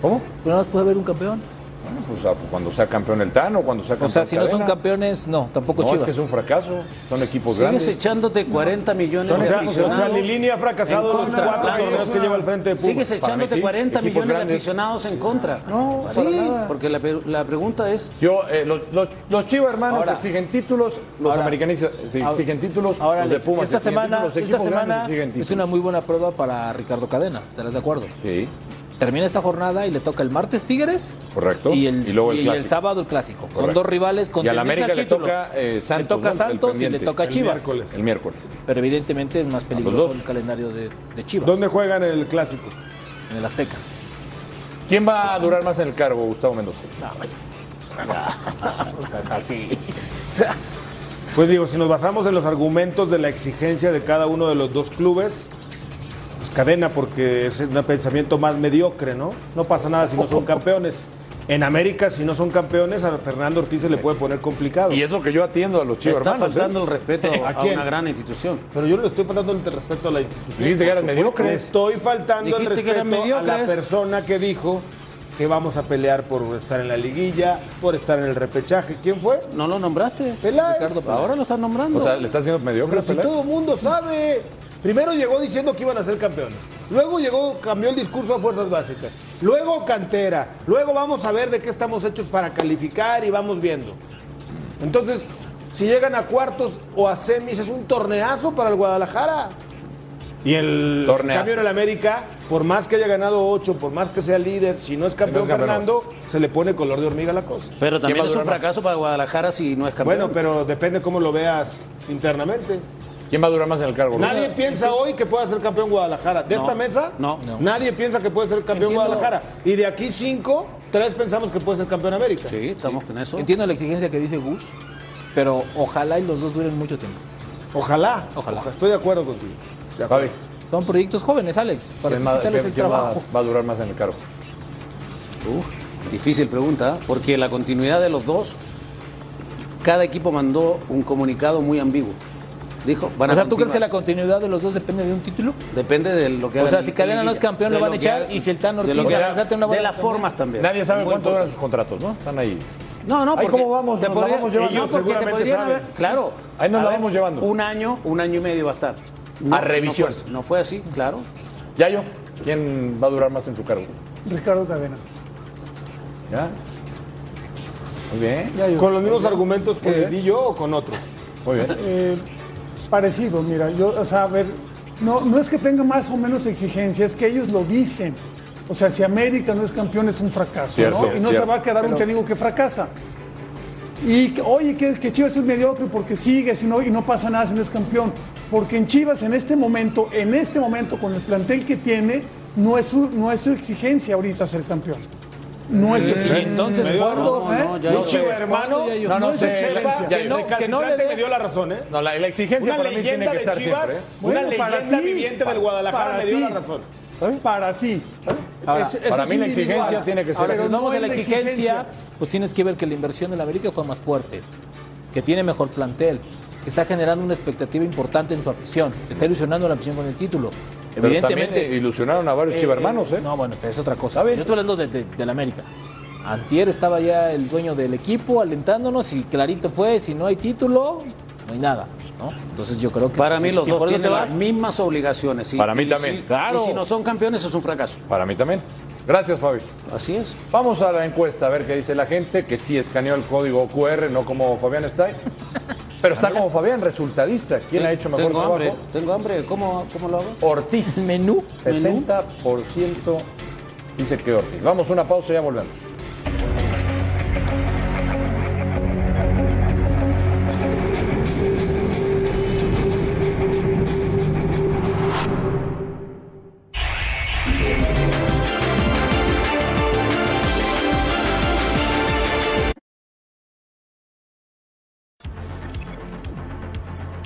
S6: ¿Cómo?
S10: Pero nada más puede haber un campeón.
S6: Bueno, pues ah, pues, cuando sea campeón el TAN o cuando sea
S10: O
S6: campeón
S10: sea, si no son
S6: Cadena.
S10: campeones, no, tampoco
S6: No,
S10: Chivas.
S6: es que es un fracaso. Son equipos
S10: Sigues
S6: grandes.
S8: Sigues echándote 40 millones
S6: Son
S8: de
S6: equipos-
S8: aficionados.
S6: o sea,
S7: Lilini ha fracasado
S8: en
S7: en los
S8: contra.
S7: cuatro
S8: Claro,
S7: torneos
S8: es
S7: que
S8: una-
S7: lleva al frente de Pumas.
S8: Sigues
S7: Para mí
S8: echándote
S7: sí,
S8: 40
S7: equipos
S8: millones de
S7: grandes.
S8: aficionados en contra.
S6: No,
S8: sí,
S6: para nada.
S8: porque la, pe- la pregunta es,
S6: Yo, eh, los, los, los Chivas hermanos
S10: Ahora-
S6: exigen títulos, los
S10: ahora-
S6: americanistas exigen
S10: ahora-
S6: títulos,
S10: Ahora,
S6: los de
S10: Alex,
S6: Pumas
S10: esta
S6: exigen
S10: semana,
S6: títulos, los
S10: esta
S6: equipos grandes
S10: semana
S6: exigen títulos.
S10: es una muy buena prueba para Ricardo Cadena, ¿estarás de acuerdo?
S6: Sí,
S10: Termina esta jornada y le toca el martes Tigres
S6: correcto.
S10: y el,
S6: luego el
S10: y el
S6: clásico.
S10: sábado el clásico. Son
S6: Correcto.
S10: dos rivales con
S6: Y a la
S10: tendencia
S6: América
S10: al
S6: le
S10: título.
S6: toca eh, Santos.
S10: le toca
S6: ¿no? El
S10: Santos y le
S6: pendiente.
S10: toca
S7: El
S10: Chivas.
S7: miércoles.
S6: El miércoles.
S10: Pero evidentemente es más
S6: los
S10: peligroso
S6: dos.
S10: el calendario de, de Chivas
S7: ¿Dónde juegan el clásico?
S10: en el Azteca.
S6: ¿Quién va a durar más en el cargo, Gustavo Mendoza?
S7: Pues digo, si nos basamos en los argumentos de la exigencia de cada uno de los dos clubes, pues cadena porque es un pensamiento más mediocre, ¿no? No pasa nada si no son campeones. En América, si no son campeones, a Fernando Ortiz se le puede poner complicado.
S6: Y eso que yo atiendo a los
S8: le
S6: Chivas
S8: está
S6: hermanos.
S8: faltando
S6: ¿eh?
S8: el respeto
S7: ¿A
S8: a,
S7: quién?
S8: una gran institución.
S7: Pero yo no le estoy faltando el respeto a la institución.
S6: Dijiste que eran
S7: Por supuesto.
S6: mediocres.
S7: Le estoy faltando el
S8: Dijiste que eran
S7: respeto a la
S8: mediocres.
S7: persona que dijo que vamos a pelear por estar en la liguilla, por estar en el repechaje. ¿Quién fue?
S8: ¿No lo nombraste?
S7: Peláez.
S8: Ricardo, ahora lo estás nombrando.
S6: O sea, le está haciendo mediocre.
S7: Pero si
S6: Peláez?
S7: todo el mundo sabe. Primero llegó diciendo que iban a ser campeones. Luego llegó, cambió el discurso a fuerzas básicas. Luego cantera. Luego vamos a ver de qué estamos hechos para calificar y vamos viendo. Entonces, si llegan a cuartos o a semis, es un torneazo para el Guadalajara. Y el
S6: Torneazo.
S7: cambio en el América, por más que haya ganado ocho, por más que sea líder, si no es campeón
S6: es campeón.
S7: Fernando, se le pone color de hormiga a la cosa.
S8: pero
S6: ¿Quién
S8: también
S6: va a
S8: es un
S6: durar más?
S8: fracaso para Guadalajara si no es campeón.
S7: Bueno, pero depende cómo lo veas internamente.
S6: ¿Quién va a durar más en el cargo?
S7: Nadie piensa hoy que pueda ser campeón Guadalajara. ¿De
S8: No,
S7: esta mesa?
S8: no, no.
S7: Nadie piensa que puede ser campeón Guadalajara. Y de aquí cinco, tres pensamos que puede ser campeón América.
S8: sí, estamos con eso.
S10: Entiendo la exigencia que dice Gus, pero ojalá y los dos duren mucho tiempo.
S7: Ojalá.
S10: Ojalá.
S7: Oja- Estoy de acuerdo contigo. De
S6: Javi,
S7: acuerdo.
S10: Son proyectos jóvenes, Alex, para
S6: ¿quién, va,
S10: quitarles
S6: quién-
S10: el
S6: quién va-
S10: trabajo.
S6: va a durar más en el cargo?
S8: Uf, difícil pregunta, ¿eh? porque la continuidad de los dos, cada equipo mandó un comunicado muy ambiguo. Dijo, van
S10: O
S8: a
S10: sea, ¿tú crees que
S8: continuar.
S10: la continuidad de los dos depende de un título?
S8: Depende de lo que
S10: O
S8: hagan
S10: sea, si
S8: en
S10: Cadena no es
S8: liguilla.
S10: campeón,
S8: De
S10: lo van a
S8: que
S10: echar,
S8: hagan-
S10: y si el
S8: de
S10: Tan
S8: lo
S10: Ortiz
S8: que
S10: y
S8: hagan-
S10: Aranzate no van
S8: De
S10: a
S8: las
S10: campeón.
S8: formas también.
S6: Nadie sabe
S8: Muy
S6: cuánto duran
S8: importante.
S6: sus contratos, ¿no? Están ahí.
S8: No, no,
S6: Ahí
S8: porque
S6: cómo vamos,
S8: te
S6: nos la
S8: podría-
S6: vamos llevando.
S8: ellos
S6: No, porque
S8: seguramente
S6: te
S8: podrían
S6: saben.
S8: haber- claro.
S6: Ahí nos
S8: A
S6: la
S8: ver,
S6: vamos llevando.
S8: Un año, un año y medio va a estar. No,
S6: A revisión.
S8: No fue, no fue así, claro.
S6: Yayo, ¿quién va a durar más en su cargo?
S9: Ricardo Cadena.
S6: ¿Ya? Muy bien, Yayo.
S7: ¿Con los mismos argumentos
S6: Muy
S7: que
S6: bien.
S7: di yo o con otros?
S6: Muy bien.
S9: Eh, parecido, mira, yo, o sea, a ver, no, no es que tenga más o menos exigencia, es que ellos lo dicen. O sea, si América no es campeón es un fracaso,
S6: Cierto,
S9: ¿no? Y no
S6: cierto.
S9: se va a quedar un técnico que fracasa. Y que, oye, que, que Chivas es mediocre porque sigue si no, y no pasa nada si no es campeón. Porque en Chivas, en este momento, en este momento, con el plantel que tiene, no es su, no es su exigencia ahorita ser campeón. No es su exigencia.
S10: Entonces, ¿cuándo?
S8: no, no, ya
S7: Un
S8: yo-
S7: chivo hermano,
S10: ya yo-
S7: no,
S10: No,
S7: no,
S10: no
S7: se
S10: sé,
S7: sepa,
S6: ya
S7: que
S6: yo-
S7: no, que no
S10: le dé-
S7: me dio la razón, ¿eh?
S6: No, la, la exigencia
S7: Una
S6: para mí tiene
S7: leyenda
S6: que
S7: de
S6: estar
S7: Chivas,
S6: siempre, ¿eh?
S7: una
S9: Bueno, para
S7: leyenda
S9: ti,
S7: viviente del
S9: para-
S7: Guadalajara
S9: para
S7: me dio la
S9: ti.
S7: razón.
S9: Para ti.
S10: Ahora,
S9: Eso- eso
S6: para
S9: es
S6: mí la
S9: individual.
S6: exigencia tiene que ser
S10: Ahora,
S6: así.
S10: si
S9: Pero
S10: nos vamos
S9: no
S10: a la
S9: es
S10: exigencia, pues tienes que ver que la inversión en la América fue más fuerte, que tiene mejor plantel, que está generando una expectativa importante en tu afición, está ilusionando a la afición con el título.
S6: Pero también eh, ilusionaron a varios
S10: eh,
S6: chivermanos,
S10: eh,
S6: ¿eh?
S10: No, bueno, es otra cosa.
S6: A ver.
S10: Yo estoy hablando de, de- del América. Antier estaba ya el dueño del equipo alentándonos y clarito fue, si no hay título, no hay nada, ¿no? Entonces yo creo que...
S8: Para mí
S10: si-
S8: los
S10: si
S8: dos
S10: por eso
S8: tienen
S10: te
S8: las
S10: vas,
S8: mismas obligaciones. y-
S6: Para mí
S8: y
S6: también,
S8: si-
S6: claro.
S8: Y si no son campeones es un fracaso.
S6: Para mí también. Gracias, Fabi.
S8: Así es.
S6: Vamos a la encuesta a ver qué dice la gente, que sí escaneó el código QR, no como Fabián está. Pero está como Fabián, resultadista. ¿Quién ha hecho mejor
S8: tengo
S6: trabajo?
S8: hambre, tengo hambre. ¿Cómo, cómo lo hago?
S6: Ortiz.
S10: Menú.
S6: 70% dice que Ortiz. Vamos, una pausa y ya volvemos.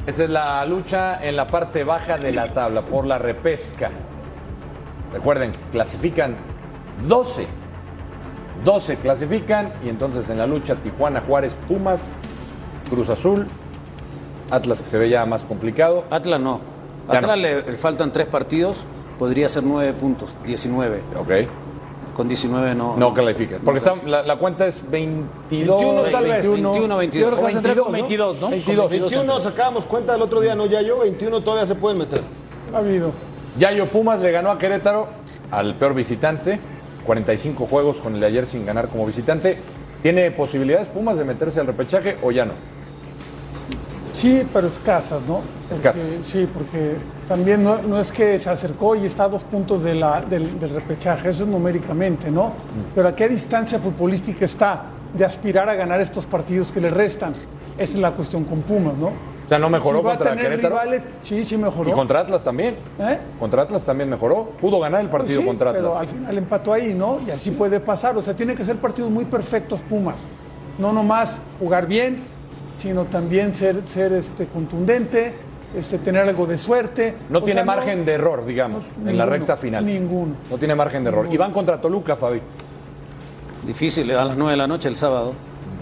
S6: Esta es la lucha en la parte baja de la tabla por la repesca. Recuerden, clasifican 12. 12 clasifican y entonces en la lucha Tijuana, Juárez, Pumas, Cruz Azul, Atlas que se ve ya más complicado.
S8: Atlas no.
S6: Ya
S8: Atlas
S6: no.
S8: Le, le faltan tres partidos, podría ser nueve puntos, 19.
S6: Ok.
S8: con 19 no.
S6: No califica. Porque
S8: no
S6: está- la, la cuenta es 22.
S7: 21 tal vez.
S8: 21, 22.
S7: Yo creo que se entró con
S10: 22, ¿no?
S7: 22, 21 sacábamos cuenta el otro día, no ya yo, 21 todavía se pueden meter.
S9: Ha habido.
S6: Yayo Pumas le ganó a Querétaro al peor visitante. 45 juegos con el de ayer sin ganar como visitante. ¿Tiene posibilidades Pumas de meterse al repechaje o ya no?
S9: Sí, pero escasas, ¿no? Porque-
S6: Escasas.
S9: Sí, porque también no, no es que se acercó y está a dos puntos de la- del, del repechaje, eso es numéricamente, ¿no? Pero a qué distancia futbolística está de aspirar a ganar estos partidos que le restan. Esa es la cuestión con Pumas, ¿no?
S6: O sea, no mejoró
S9: Si va a
S6: contra
S9: tener
S6: Querétaro.
S9: rivales, sí, sí mejoró.
S6: Y contra Atlas también.
S9: ¿Eh?
S6: Contra Atlas también mejoró. Pudo ganar el partido
S9: Pues sí,
S6: contra Atlas.
S9: Pero al final empató ahí, ¿no? Y así puede pasar. O sea, tiene que ser partidos muy perfectos Pumas. No nomás jugar bien, sino también ser, ser este, contundente, este, tener algo de suerte.
S6: No
S9: O
S6: tiene
S9: sea,
S6: margen de error, digamos, en la
S9: ninguno,
S6: recta final.
S9: Ninguno.
S6: No tiene margen de error. Y van contra Toluca, Fabi.
S8: Difícil, a las 9 de la noche el sábado.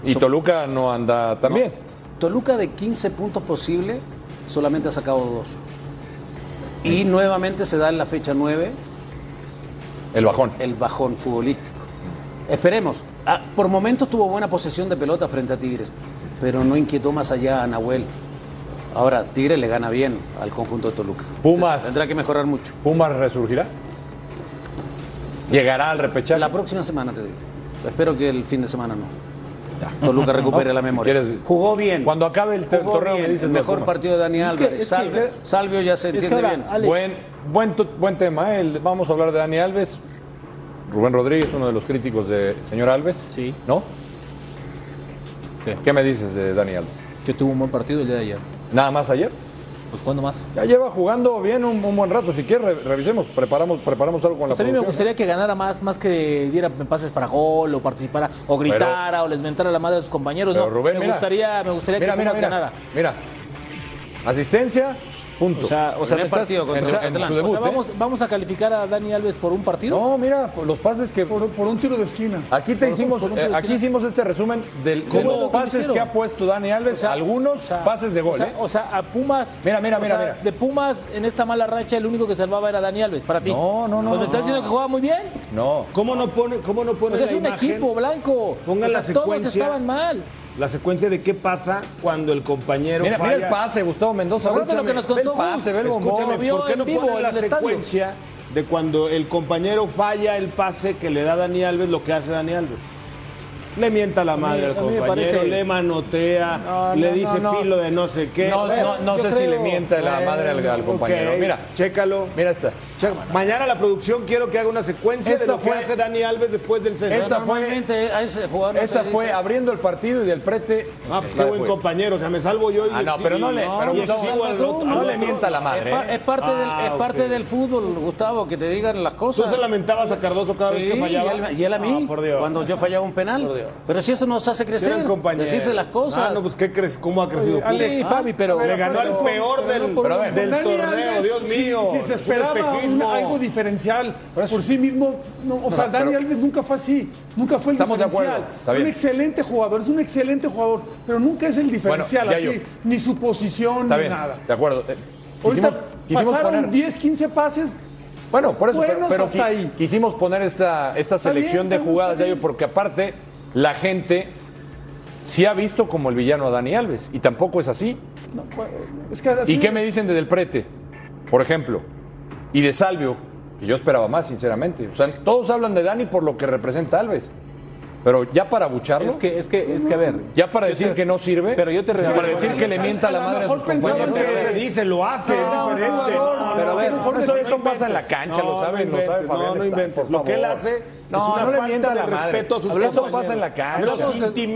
S6: Y Toluca no anda tan bien.
S8: Toluca de 15 puntos posibles, solamente ha sacado dos. Y nuevamente se da en la fecha 9
S6: El bajón.
S8: el bajón futbolístico. Esperemos. Ah, por momentos tuvo buena posesión de pelota frente a Tigres, pero no inquietó más allá a Nahuel. Ahora, Tigres le gana bien al conjunto de Toluca.
S6: Pumas.
S8: Tendrá que mejorar mucho.
S6: ¿Pumas resurgirá? ¿Llegará al repechaje?
S8: La próxima semana te digo. Espero que el fin de semana no. Toluca recupere
S6: ¿No?
S8: la memoria.
S6: ¿Quieres-
S8: Jugó bien.
S6: Cuando acabe el te-
S8: Jugó
S6: torneo
S8: bien.
S6: me dices
S8: El
S6: los
S8: mejor
S6: Pumas.
S8: partido de Dani
S10: Es que-
S8: Álvarez.
S10: es que-
S8: Salvio, Salvio ya se
S10: es que
S8: entiende
S10: ahora,
S8: bien.
S10: Alex.
S6: Buen, buen, tu- buen tema. ¿eh? El- Vamos a hablar de Dani Alves. Rubén Rodríguez, uno de los críticos de señor Alves.
S11: Sí.
S6: ¿No?
S11: ¿Qué?
S6: ¿Qué me dices de Dani Alves?
S11: Que tuvo un buen partido el día de ayer.
S6: ¿Nada más ayer?
S11: Pues cuándo más.
S6: Ya lleva jugando bien un, un buen rato. Si quieres, re- revisemos. Preparamos, preparamos algo con
S10: Pues a
S6: la
S10: mí me
S6: producción, ¿no?
S10: gustaría que ganara más, más que diera pases para gol o participara o gritara o les mentara la madre a sus compañeros.
S6: Pero
S10: no,
S6: Rubén,
S10: me
S6: mira.
S10: gustaría, me gustaría
S6: Mira,
S10: que
S6: mira,
S10: Pumas
S6: mira.
S10: ganara.
S6: Mira. Asistencia, punto.
S11: O sea, o sea,
S6: En
S8: primer
S6: el
S8: partido contra Mazatlán.
S6: su
S10: O
S6: debut,
S10: sea,
S6: ¿eh?
S10: vamos, vamos a calificar a Dani Alves por un partido.
S6: No, mira, por los pases que
S9: Por, por un tiro de esquina.
S6: Aquí te
S10: Por-
S6: hicimos,
S10: por un tiro
S6: eh,
S10: de
S6: aquí
S10: esquina.
S6: hicimos este resumen del- de
S10: ¿Cómo
S6: los
S10: es lo que
S6: pases que,
S10: hicieron?
S6: ha puesto Dani Alves,
S10: O sea,
S6: algunos
S10: o sea,
S6: pases de gol.
S10: O sea,
S6: ¿eh?
S10: o sea, a Pumas.
S6: Mira, mira,
S10: o
S6: mira,
S10: sea,
S6: mira.
S10: De Pumas, en esta mala racha, el único que salvaba era Dani Alves. Para ti.
S6: No, no, no,
S10: Pues
S6: no,
S10: me estás diciendo que jugaba muy bien.
S6: no,
S7: ¿Cómo no pone, cómo no pone
S10: O sea, Pues
S7: la
S10: es un
S7: imagen,
S10: equipo blanco.
S7: Pongan
S10: O sea,
S7: la
S10: Todos
S7: secuencia.
S10: estaban mal.
S7: La secuencia de qué pasa cuando el compañero
S6: mira, mira
S7: falla.
S6: el pase, Gustavo Mendoza.
S10: Acuérdate lo que nos
S6: Ve el
S10: contó
S6: pase, ve el
S10: Gus.
S6: bombón.
S10: Lo
S7: Escúchame,
S10: vio
S7: ¿por qué
S10: en
S7: no
S10: vivo
S7: ponen
S10: en
S7: la
S10: el estadio.
S7: secuencia de cuando el compañero falla el pase que le da Dani Alves, lo que hace Dani Alves? Le mienta la madre
S10: a
S7: al
S10: mí me
S7: compañero,
S10: parece-
S7: le manotea,
S9: No,
S7: le
S9: no, no,
S7: dice
S9: no.
S7: filo de no sé qué.
S6: No,
S7: Bueno,
S6: no, no
S7: yo
S6: sé si le mienta la madre al- al compañero.
S7: ok,
S6: Mira.
S7: Chécalo.
S6: Mira esta.
S7: Che- Mañana la producción quiero que haga una secuencia
S6: Esta
S7: de lo
S6: fue-
S7: que hace Dani Alves después del centro.
S6: Esta fue-
S8: Normalmente a ese jugador no se
S6: Esta
S8: le
S6: fue
S8: dice-
S6: abriendo el partido y del prete.
S7: Ah, pues
S6: la
S7: qué buen
S6: fue.
S7: compañero, o sea, me salvo yo y
S6: Ah, no,
S7: y-
S6: pero no le- pero
S7: y
S6: Gustavo,
S7: exijo al otro-
S6: no
S7: al
S6: le
S7: otro.
S6: mienta la
S8: Es,
S6: madre.
S8: pa-
S6: ¿eh?
S8: es parte,
S7: Ah,
S8: del, es parte
S7: ok.
S8: del fútbol, Gustavo, que te digan las
S7: ¿Tú
S8: cosas.
S7: se lamentabas a Cardoso cada
S8: Sí,
S7: vez que
S8: y
S7: fallaba?
S8: él, y él a mí,
S7: Ah, por Dios.
S8: cuando yo fallaba un
S7: Por
S8: penal.
S7: Dios.
S8: Pero si eso nos hace crecer,
S7: Eran compañeros.
S8: decirse las cosas.
S7: Ah, no, pues ¿qué crees? ¿Cómo ha crecido? Pumas?
S9: Alex,
S10: Sí, Fabi, pero-
S7: Le ganó al peor
S9: pero
S7: del-
S9: no por
S6: pero a
S9: un-
S6: ver,
S7: del
S9: Dani
S7: torneo,
S9: Alves,
S7: Dios
S9: si-
S7: mío,
S9: Si,
S7: es
S9: se
S7: un
S9: esperaba un-
S7: espejismo.
S9: algo diferencial por, sí mismo, no, o sea, Dani
S6: pero-
S9: Alves nunca fue así, nunca fue el
S6: Estamos de
S9: diferencial.
S6: acuerdo, está bien.
S9: un excelente jugador, es un excelente jugador, pero nunca es el diferencial
S6: Bueno, ya
S9: así,
S6: yo.
S9: ni su posición,
S6: Está
S9: ni
S6: bien,
S9: nada.
S6: de acuerdo. Eh,
S9: Ahorita
S6: Quisimos, quisimos
S9: pasaron
S6: poner.
S9: 10, 15 pases
S6: Bueno, por eso, pero,
S9: Buenos
S6: pero
S9: hasta
S6: qui-
S9: ahí.
S6: quisimos poner esta, esta
S9: Está
S6: selección
S9: bien,
S6: de
S9: está bien,
S6: jugadas,
S9: está bien.
S6: Yayo, porque aparte la gente sí ha visto como el villano a Dani Alves, y tampoco es así.
S9: No, pues, es que así-
S6: ¿Y qué me dicen de Del Prete, por ejemplo? Y de Salvio, que yo esperaba más, sinceramente. O sea, todos hablan de Dani por lo que representa Alves, pero ya para bucharlo,
S11: Es que, es que, es que, a ver.
S6: ya para decir que no sirve,
S11: Pero yo te
S6: para
S11: regalo.
S6: decir que le mienta la madre a
S9: mejor
S6: sus
S9: pensaban
S6: compañeros.
S7: No, es que no se dice, lo hace,
S9: No,
S7: es diferente.
S9: Ah, no, no,
S6: Pero a ver,
S9: no, no,
S6: eso,
S9: no
S6: eso pasa en la
S7: inventes.
S6: cancha,
S7: No,
S6: lo saben,
S7: no
S6: lo sabe Fabián
S7: inventes, no, no
S6: Stahl,
S7: inventes.
S6: por
S7: Lo que él
S6: favor.
S7: hace es
S6: No,
S7: una
S6: no le
S7: falta
S6: mientan
S7: de
S6: la madre.
S7: respeto a sus
S6: Hablamos- eso
S7: compañeros.
S6: pasa en la cancha.
S7: Los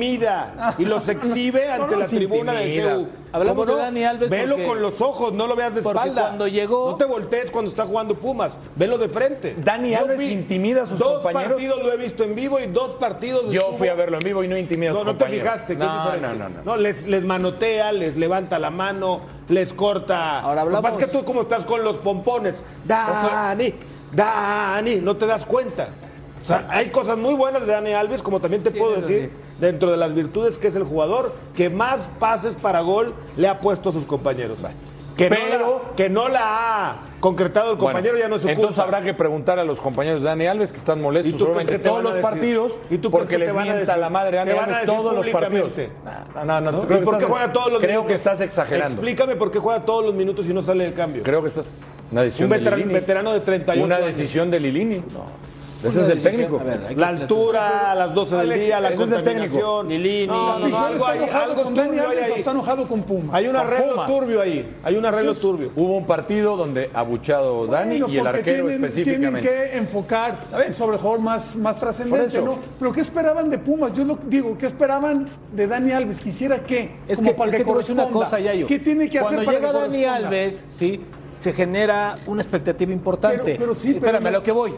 S7: intimida y los exhibe ante la
S6: los
S7: tribuna de
S6: intimida.
S7: CEU.
S10: Hablamos
S7: ¿Cómo
S10: de Dani Alves
S7: Velo
S10: porque-
S7: con los ojos, no lo veas de
S10: porque
S7: espalda.
S10: cuando llegó-
S7: No te voltees cuando está jugando Pumas, velo de frente.
S6: Dani
S7: Yo
S6: Alves
S7: fui-
S6: intimida a sus
S7: dos
S6: compañeros.
S7: Dos partidos lo he visto en vivo y dos partidos
S6: Yo
S7: estuvo-
S6: fui a verlo en vivo y no intimidé a
S7: No,
S6: sus
S7: no te
S6: compañeros.
S7: fijaste. que es
S6: No,
S7: diferente.
S6: no, no, no.
S7: No, les, les manotea, les levanta la mano, les corta.
S10: Ahora
S7: Lo que pasa
S10: hablamos-
S7: es que tú como estás con los pompones. Dani, Dani, no te das cuenta. O sea, hay cosas muy buenas de Dani Alves, como también te puedo decir, dentro de las virtudes que es el jugador que más pases para gol le ha puesto a sus compañeros. Que Que,
S6: Pero-
S7: no la, que no la ha concretado el compañero,
S6: Bueno,
S7: ya no es su
S6: entonces
S7: culpa.
S6: habrá que preguntar a los compañeros de Dani Alves que están molestos
S7: ¿Y tú crees
S6: seguramente
S7: que te
S6: todos
S7: van a
S6: los
S7: decir?
S6: partidos
S7: ¿Y tú crees
S6: porque
S7: que te
S6: les
S7: van a
S6: mienta
S7: decir?
S6: la madre a Dani
S7: Te van a
S6: Alves
S7: decir
S6: todos los partidos.
S7: públicamente.
S6: No, no, no, creo
S7: ¿No? ¿Y
S6: que
S7: por qué
S6: estás-
S7: juega todos los
S6: creo
S7: minutos?
S6: que estás exagerando.
S7: Explícame por qué juega todos los minutos y no sale del cambio.
S6: Creo que estás una decisión
S7: Un veteran-
S6: de Lilini.
S7: veterano de 38
S6: Una
S7: años.
S6: decisión de Lilini. Ese
S7: Una
S6: es el
S7: decisión-
S6: técnico.
S7: a ver, hay que La altura a las 12 del día, la
S6: ese es el técnico.
S7: contaminación. No, no, no,
S9: ¿Está
S7: algo, hay,
S9: enojado
S7: algo
S9: con Dani
S7: turbio hay
S9: Alves o
S7: ahí.
S9: está enojado con Puma?
S7: Hay un
S9: Con
S7: arreglo
S9: Pumas.
S7: turbio ahí. Hay un arreglo turbio.
S6: Hubo un partido donde abuchado Dani
S9: Bueno,
S6: y el
S9: porque
S6: arquero
S9: tienen,
S6: específicamente.
S9: Tienen que enfocar sobre el jugador más, más
S6: Por
S9: trascendente,
S6: eso.
S9: ¿no? Pero ¿qué esperaban de Pumas? Yo lo digo, ¿qué esperaban de Dani Alves? Quisiera que,
S10: Es
S9: como
S10: que,
S9: para
S10: es que te voy a decir una
S9: corresponda.
S10: cosa, Yayo.
S9: ¿Qué tiene que
S10: Cuando
S9: hacer para
S10: llega
S9: que
S10: Dani
S9: corresponda?
S10: Alves, sí, se genera una expectativa importante.
S9: Pero- pero sí, pero
S10: Espérame,
S9: no-
S10: a lo que voy.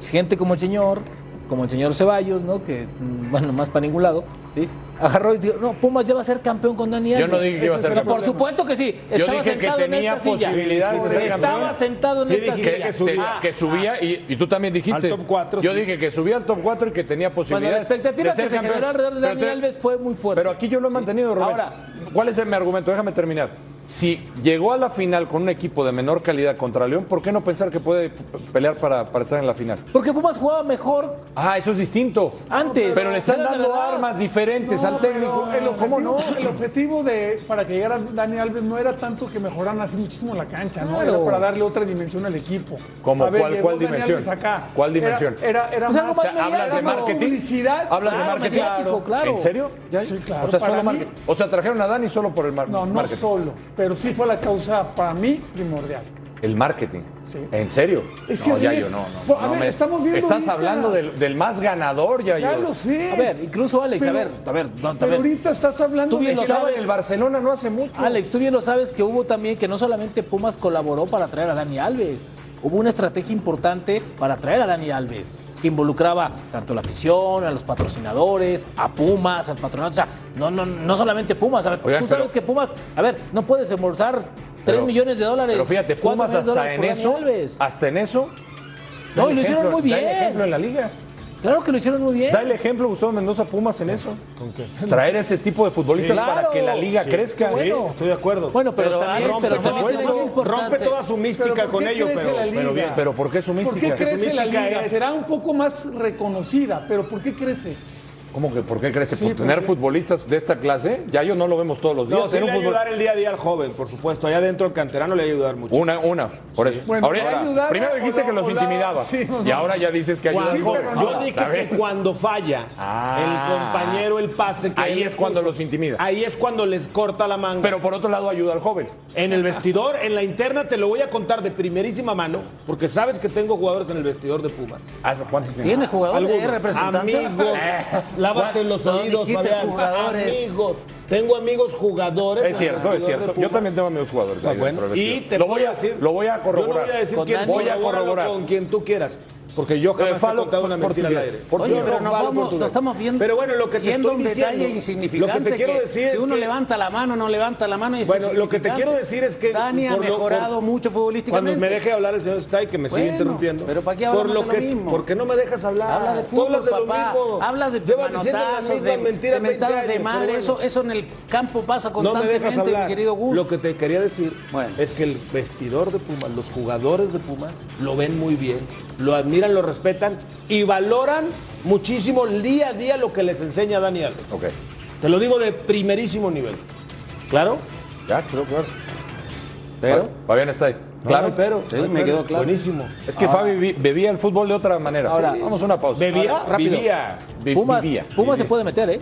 S10: Gente como el señor, como el señor Ceballos, ¿no? Que, mm, bueno, más para ningún lado, ¿sí? Agarró y dijo, no, Pumas ya va a ser campeón con Dani
S6: Yo
S10: Alves.
S6: no dije que iba a
S10: Ese
S6: ser
S10: es el-
S6: campeón.
S10: Por supuesto que sí.
S6: Yo
S10: Estaba
S6: dije que
S10: sentado en
S6: tenía
S10: esta silla.
S6: posibilidades de ser
S10: Estaba
S6: campeón.
S10: sentado en
S7: Sí,
S10: esta
S7: dijiste
S10: silla.
S7: que subía.
S10: Ah,
S6: que subía y, y tú también dijiste.
S7: Al top cuatro,
S6: yo
S7: sí.
S6: dije que subía al top 4 y que tenía
S10: Bueno, la
S6: posibilidades.
S10: expectativa
S6: de ser
S10: que se
S6: campeón.
S10: generó alrededor de
S6: Pero
S10: Dani
S6: te-
S10: Alves fue muy fuerte.
S6: Pero aquí yo lo he mantenido, Rubén.
S10: Ahora-
S6: ¿cuál es mi argumento? Déjame terminar. Si llegó a la final con un equipo de menor calidad contra León, ¿por qué no pensar que puede p- pelear para, para estar en la final?
S10: Porque Pumas jugaba mejor
S6: Ah, eso es distinto.
S10: antes.
S6: Pero le están
S10: Era la
S6: dando
S10: verdad.
S6: armas diferentes al técnico.
S9: Pero el
S6: ¿Cómo no?
S9: objetivo- El objetivo de para que llegara Dani Alves no era tanto que mejoraran así muchísimo la cancha, ¿no?
S10: Claro.
S9: Era para darle otra dimensión al equipo.
S6: ¿Cómo?
S9: A ver,
S6: ¿Cuál-
S9: llegó
S6: cuál
S9: Dani
S6: dimensión?
S9: Alves acá.
S6: ¿Cuál
S9: Era-
S6: dimensión?
S9: Era, era
S10: Pues algo
S9: más,
S10: más mediático.
S6: ¿Hablas de marketing?
S9: publicidad.
S6: ¿Hablas de
S10: Claro,
S6: marketing?
S10: mediático, claro.
S6: ¿En serio? ¿Ya?
S9: Sí, claro.
S6: O sea,
S9: Para
S6: solo
S9: mí-
S6: marketing. O sea, trajeron a Dani solo por el mar-
S9: No, no
S6: marketing.
S9: solo, pero sí fue la causa para mí primordial.
S6: El marketing.
S9: Sí.
S6: ¿En serio?
S9: Es que
S6: no,
S9: viene-
S6: Yayo, no, no.
S9: Bueno, a
S6: no
S9: ver, estamos viendo
S6: Estás
S9: ahorita-
S6: hablando del, del más ganador, Yayo.
S9: Ya lo sé.
S10: A ver, incluso Alex,
S9: Pero-
S10: a ver, a ver, no, a
S9: Pero
S10: ver.
S9: ahorita estás hablando
S10: Tú bien lo
S9: Estaba
S10: sabes.
S9: en
S6: El Barcelona no hace mucho.
S10: Alex, tú bien lo sabes que hubo también que no solamente Pumas colaboró para traer a Dani Alves, hubo una estrategia importante para traer a Dani Alves, que involucraba tanto a la afición, a los patrocinadores, a Pumas, al patronato, o sea, no, no, no solamente Pumas, a ver,
S6: Oigan,
S10: tú sabes
S6: pero-
S10: que Pumas, a ver, no puedes embolsar 3
S6: Pero-
S10: millones de dólares.
S6: Pero fíjate,
S10: cuatro
S6: Pumas
S10: millones de
S6: hasta
S10: dólares
S6: en
S10: por Dani
S6: eso.
S10: Alves.
S6: Hasta en eso.
S10: No,
S6: da
S10: y
S6: el
S10: lo hicieron
S6: ejemplo-
S10: muy
S6: Da el
S10: bien.
S6: ejemplo en la liga.
S10: Claro que lo hicieron muy bien.
S6: Da el ejemplo Gustavo Mendoza Pumas en eso. Traer ese tipo de futbolistas
S10: Sí.
S6: para que la liga
S10: Sí.
S6: crezca.
S7: Sí, estoy de acuerdo.
S10: Bueno, pero también-
S7: rompe,
S10: pero
S7: todo
S10: también
S7: su-
S10: es importante.
S7: rompe toda su mística
S9: ¿por
S7: con
S9: qué
S7: ello,
S9: crece
S7: pero,
S9: la liga?
S7: pero bien.
S6: Pero ¿por qué su
S9: ¿Por qué
S6: mística?
S9: crece la
S7: mística
S9: liga?
S7: es-
S9: Será un poco más reconocida, pero ¿por qué crece?
S6: ¿Cómo que por qué crece?
S9: Sí,
S6: por tener
S9: porque-
S6: futbolistas de esta clase, Yayo no lo vemos todos los días.
S7: No, sí
S6: Tener
S7: le
S6: un futbol-
S7: ayudar el día a día al joven, por supuesto. Allá adentro el canterano le va a ayudar mucho.
S6: Una, una, por eso.
S9: Bueno,
S6: Ahora-
S9: ¿le ha ayudado
S6: primero
S9: o
S6: dijiste
S9: lo-
S6: que los
S9: o la-
S6: intimidaba.
S9: Sí, no,
S6: y
S9: no.
S6: ahora ya dices que ayuda
S7: Cuando-
S6: al joven.
S7: yo
S6: Ahora,
S7: dije
S6: a
S7: que
S6: ver.
S7: cuando falla
S6: Ah.
S7: el compañero el pase que
S6: Ahí
S7: él
S6: es
S7: les
S6: cuando los intimida.
S7: Ahí es cuando les corta la manga.
S6: Pero por otro lado ayuda al joven.
S7: en el vestidor, en la interna te lo voy a contar de primerísima mano, porque sabes que tengo jugadores en el vestidor de Pumas.
S6: ¿Hace cuánto tiempo?
S10: Tiene jugadores
S7: Algunos.
S10: de representante.
S7: Amigos,
S8: Eh,
S7: lávate los
S10: No
S7: oídos,
S10: dijiste
S7: Fabián.
S10: jugadores.
S7: Amigos, tengo amigos jugadores.
S6: Ah, Es cierto, es cierto. Yo también tengo amigos jugadores.
S7: Ah,
S6: ahí
S7: bueno.
S6: dentro del
S7: Y
S6: vestidor.
S7: te
S6: lo voy a
S7: decir,
S6: lo voy a corroborar.
S7: Yo no voy a decir
S10: Con
S7: quién
S10: Dani.
S7: voy a
S6: Voy a
S7: corroborar
S6: corroborar.
S7: con quien tú quieras, porque yo jamás te he
S6: falo
S7: contado una
S6: por
S7: mentira al
S6: portugués,
S7: aire.
S6: por
S7: Yo
S8: Oye, pero
S7: no
S8: nos
S7: falo
S8: vamos,
S7: portugués.
S8: nos estamos viendo,
S7: Pero bueno, lo que te
S8: viendo
S7: estoy
S8: un
S7: diciendo,
S8: detalle insignificante.
S7: Lo que te quiero
S8: que
S7: decir
S8: si
S7: es
S8: uno
S7: que-
S8: levanta la mano, no levanta la mano. Es
S7: Bueno, lo que te
S8: insignificante.
S7: quiero decir es que
S8: Dani ha
S7: por lo-
S8: mejorado
S7: por-
S8: mucho futbolísticamente.
S7: Cuando me deje hablar el señor Stay, que me sigue
S8: Bueno,
S7: interrumpiendo.
S8: pero ¿para qué
S7: Por
S8: hablamos de lo mismo?
S7: ¿Por qué no me dejas hablar?
S8: Habla de
S7: Tú
S8: fútbol,
S7: hablas de lo
S8: papá.
S7: mismo.
S8: Habla de
S7: Llevas diciendo la
S8: manotazos,
S7: misma
S8: de,
S7: mentira
S8: de
S7: 20
S8: mentadas de
S7: años,
S8: madre.
S7: pero bueno.
S8: eso, eso en el campo pasa
S7: No me
S8: constantemente,
S7: dejas hablar.
S8: mi querido Gus.
S7: Lo que te quería decir
S8: Bueno.
S7: es que el vestidor de Pumas, los jugadores de Pumas, lo ven muy bien, lo admiran, lo respetan y valoran muchísimo día a día lo que les enseña Dani Alves.
S6: Ok.
S7: Te lo digo de primerísimo nivel. ¿Claro?
S6: Ya, claro, claro.
S7: Pero-
S6: Fabián está ahí.
S7: No, pero. Ah.
S8: Sí,
S7: no,
S8: me
S7: pero.
S8: quedó claro.
S7: Buenísimo.
S6: Es que Fabi vi- bebía el fútbol de otra manera.
S10: Ahora-
S6: Sí, vamos a una pausa.
S7: ¿Bebía?
S6: Ahora, rápido.
S7: Vivía.
S6: Vi-
S10: Pumas,
S6: vivía.
S10: Pumas se puede meter, ¿eh?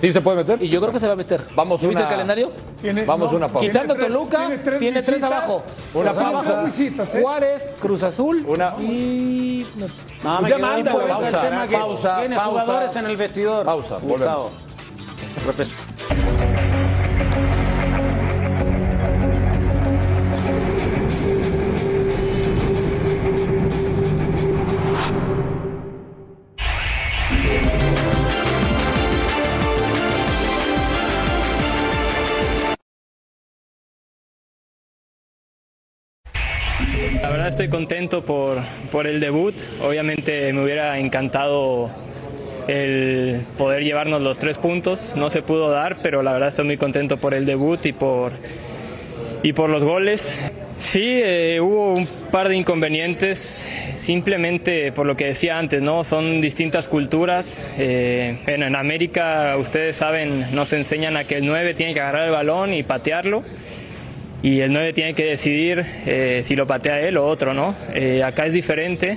S6: ¿Sí se puede meter?
S10: Y yo creo que se va a meter.
S6: Vamos
S10: ¿Ya viste
S6: una-
S10: el calendario?
S9: Tiene-
S6: Vamos una pausa.
S10: Quitando
S9: tres-
S10: Toluca, tiene tres,
S9: visitas,
S10: abajo.
S6: Una
S10: Abajo,
S6: pausa.
S9: visitas, ¿eh?
S10: Juárez, Cruz Azul.
S6: Una-
S10: Y. no,
S8: No, me
S7: Ya
S8: quedó
S7: mándalo,
S8: impactado el
S6: pausa,
S8: tema que
S6: pausa,
S8: tiene
S6: pausa.
S8: jugadores en el vestidor.
S6: Pausa,
S8: Gustavo. Repes-
S12: La verdad estoy contento por, por el debut. Obviamente me hubiera encantado el poder llevarnos los tres puntos. No se pudo dar, pero la verdad estoy muy contento por el debut y por, y por los goles. Sí, eh, hubo un par de inconvenientes, simplemente por lo que decía antes, ¿no? Son distintas culturas. Eh, en, en América, ustedes saben, nos enseñan a que el 9 tiene que agarrar el balón y patearlo. Y el 9 tiene que decidir eh, si lo patea él o otro, ¿no? Eh, acá es diferente.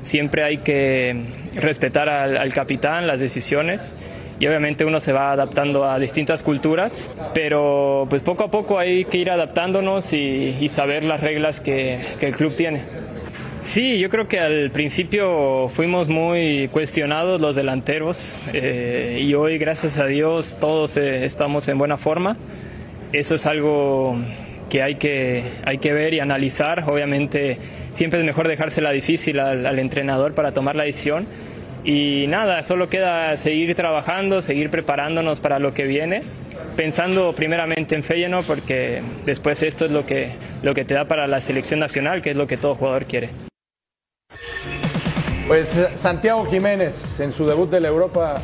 S12: Siempre hay que respetar al, al capitán, las decisiones y obviamente uno se va adaptando a distintas culturas, pero pues poco a poco hay que ir adaptándonos y, y saber las reglas que, que el club tiene. Sí, yo creo que al principio fuimos muy cuestionados los delanteros eh, y hoy gracias a Dios todos eh, estamos en buena forma. Eso es algo que hay, que hay que ver y analizar. Obviamente siempre es mejor dejársela difícil al- al entrenador para tomar la decisión, y nada, solo queda seguir trabajando, seguir preparándonos para lo que viene, pensando primeramente en Feyenoord porque después esto es lo que, lo que te da para la selección nacional, que es lo que todo jugador quiere.
S6: Pues eh, Santiago Jiménez en su debut de la Europa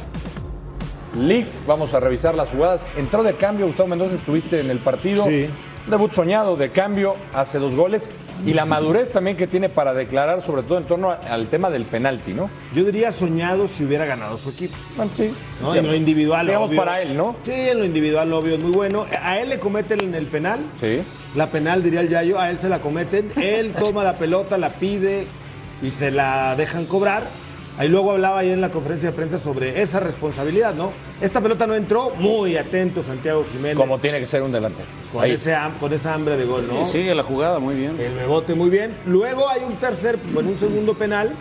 S6: League. Vamos a revisar las jugadas. Entró de cambio, Gustavo Mendoza, estuviste en el partido.
S7: Sí.
S6: Un Debut soñado de cambio, hace dos goles. Y la madurez también que tiene para declarar, sobre todo en torno a- al tema del penalti, ¿no?
S7: Yo diría soñado si hubiera ganado su equipo.
S6: sí.
S7: ¿no? En lo individual,
S6: Digamos
S7: obvio.
S6: para él, ¿no?
S7: Sí, en lo individual, obvio, es muy bueno. A él le cometen en el penal.
S6: Sí.
S7: La penal, diría el Yayo, a él se la cometen. Él toma la pelota, la pide y se la dejan cobrar. Ahí luego hablaba ayer en la conferencia de prensa sobre esa responsabilidad, ¿no? Esta pelota no entró, muy atento Santiago Jiménez.
S6: Como tiene que ser un delantero.
S7: Con,
S6: Ahí.
S7: ese, ham- con esa hambre de gol, ¿no?
S8: Y sigue la jugada muy bien.
S7: El rebote muy bien. Luego hay un tercer, bueno, un segundo penal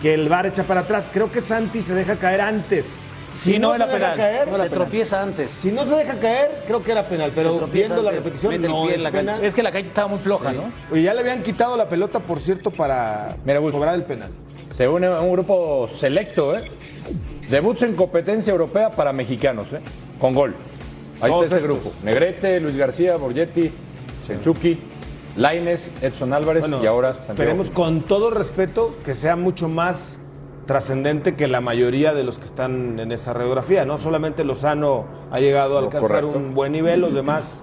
S7: que el VAR echa para atrás. Creo que Santi se deja caer antes. Si
S8: Sí, no
S7: no, se
S8: era
S7: deja
S8: penal,
S7: caer,
S8: no era Se penal. tropieza antes.
S7: Si no se deja caer, creo que era penal, pero
S8: Se tropieza
S7: viendo la
S8: antes,
S7: repetición
S8: mete el
S7: no
S8: pie en
S7: es
S8: la
S7: penal.
S8: cancha. Es
S10: que la cancha estaba muy floja,
S7: ¿no? Y ya le habían quitado la pelota, por cierto, para cobrar el penal.
S6: Se une a un grupo selecto, ¿eh? Debuts en competencia europea para mexicanos, ¿eh? Con gol. Ahí
S7: Todos
S6: está ese
S7: estos.
S6: grupo. Negrete, Luis García, Borgetti, Senchuki, Laines, Edson Álvarez
S7: Bueno,
S6: y ahora Santiago.
S7: Esperemos con todo respeto que sea mucho más trascendente que la mayoría de los que están en esa radiografía. No solamente Lozano ha llegado a alcanzar
S6: correcto.
S7: un buen nivel, los demás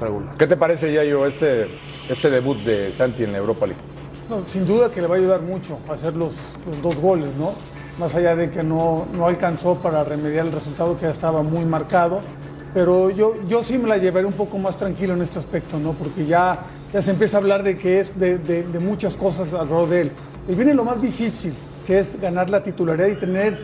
S7: regular.
S6: ¿Qué te parece, Yayo, este, este debut de Santi en la Europa League?
S9: No, sin duda que le va a ayudar mucho a hacer los, los dos goles, ¿no? Más allá de que no, no alcanzó para remediar el resultado que ya estaba muy marcado. Pero yo, yo sí me la llevaré un poco más tranquilo en este aspecto, ¿no? Porque ya, ya se empieza a hablar de que es de, de- de muchas cosas alrededor de él. Y viene lo más difícil, que es ganar la titularidad y tener,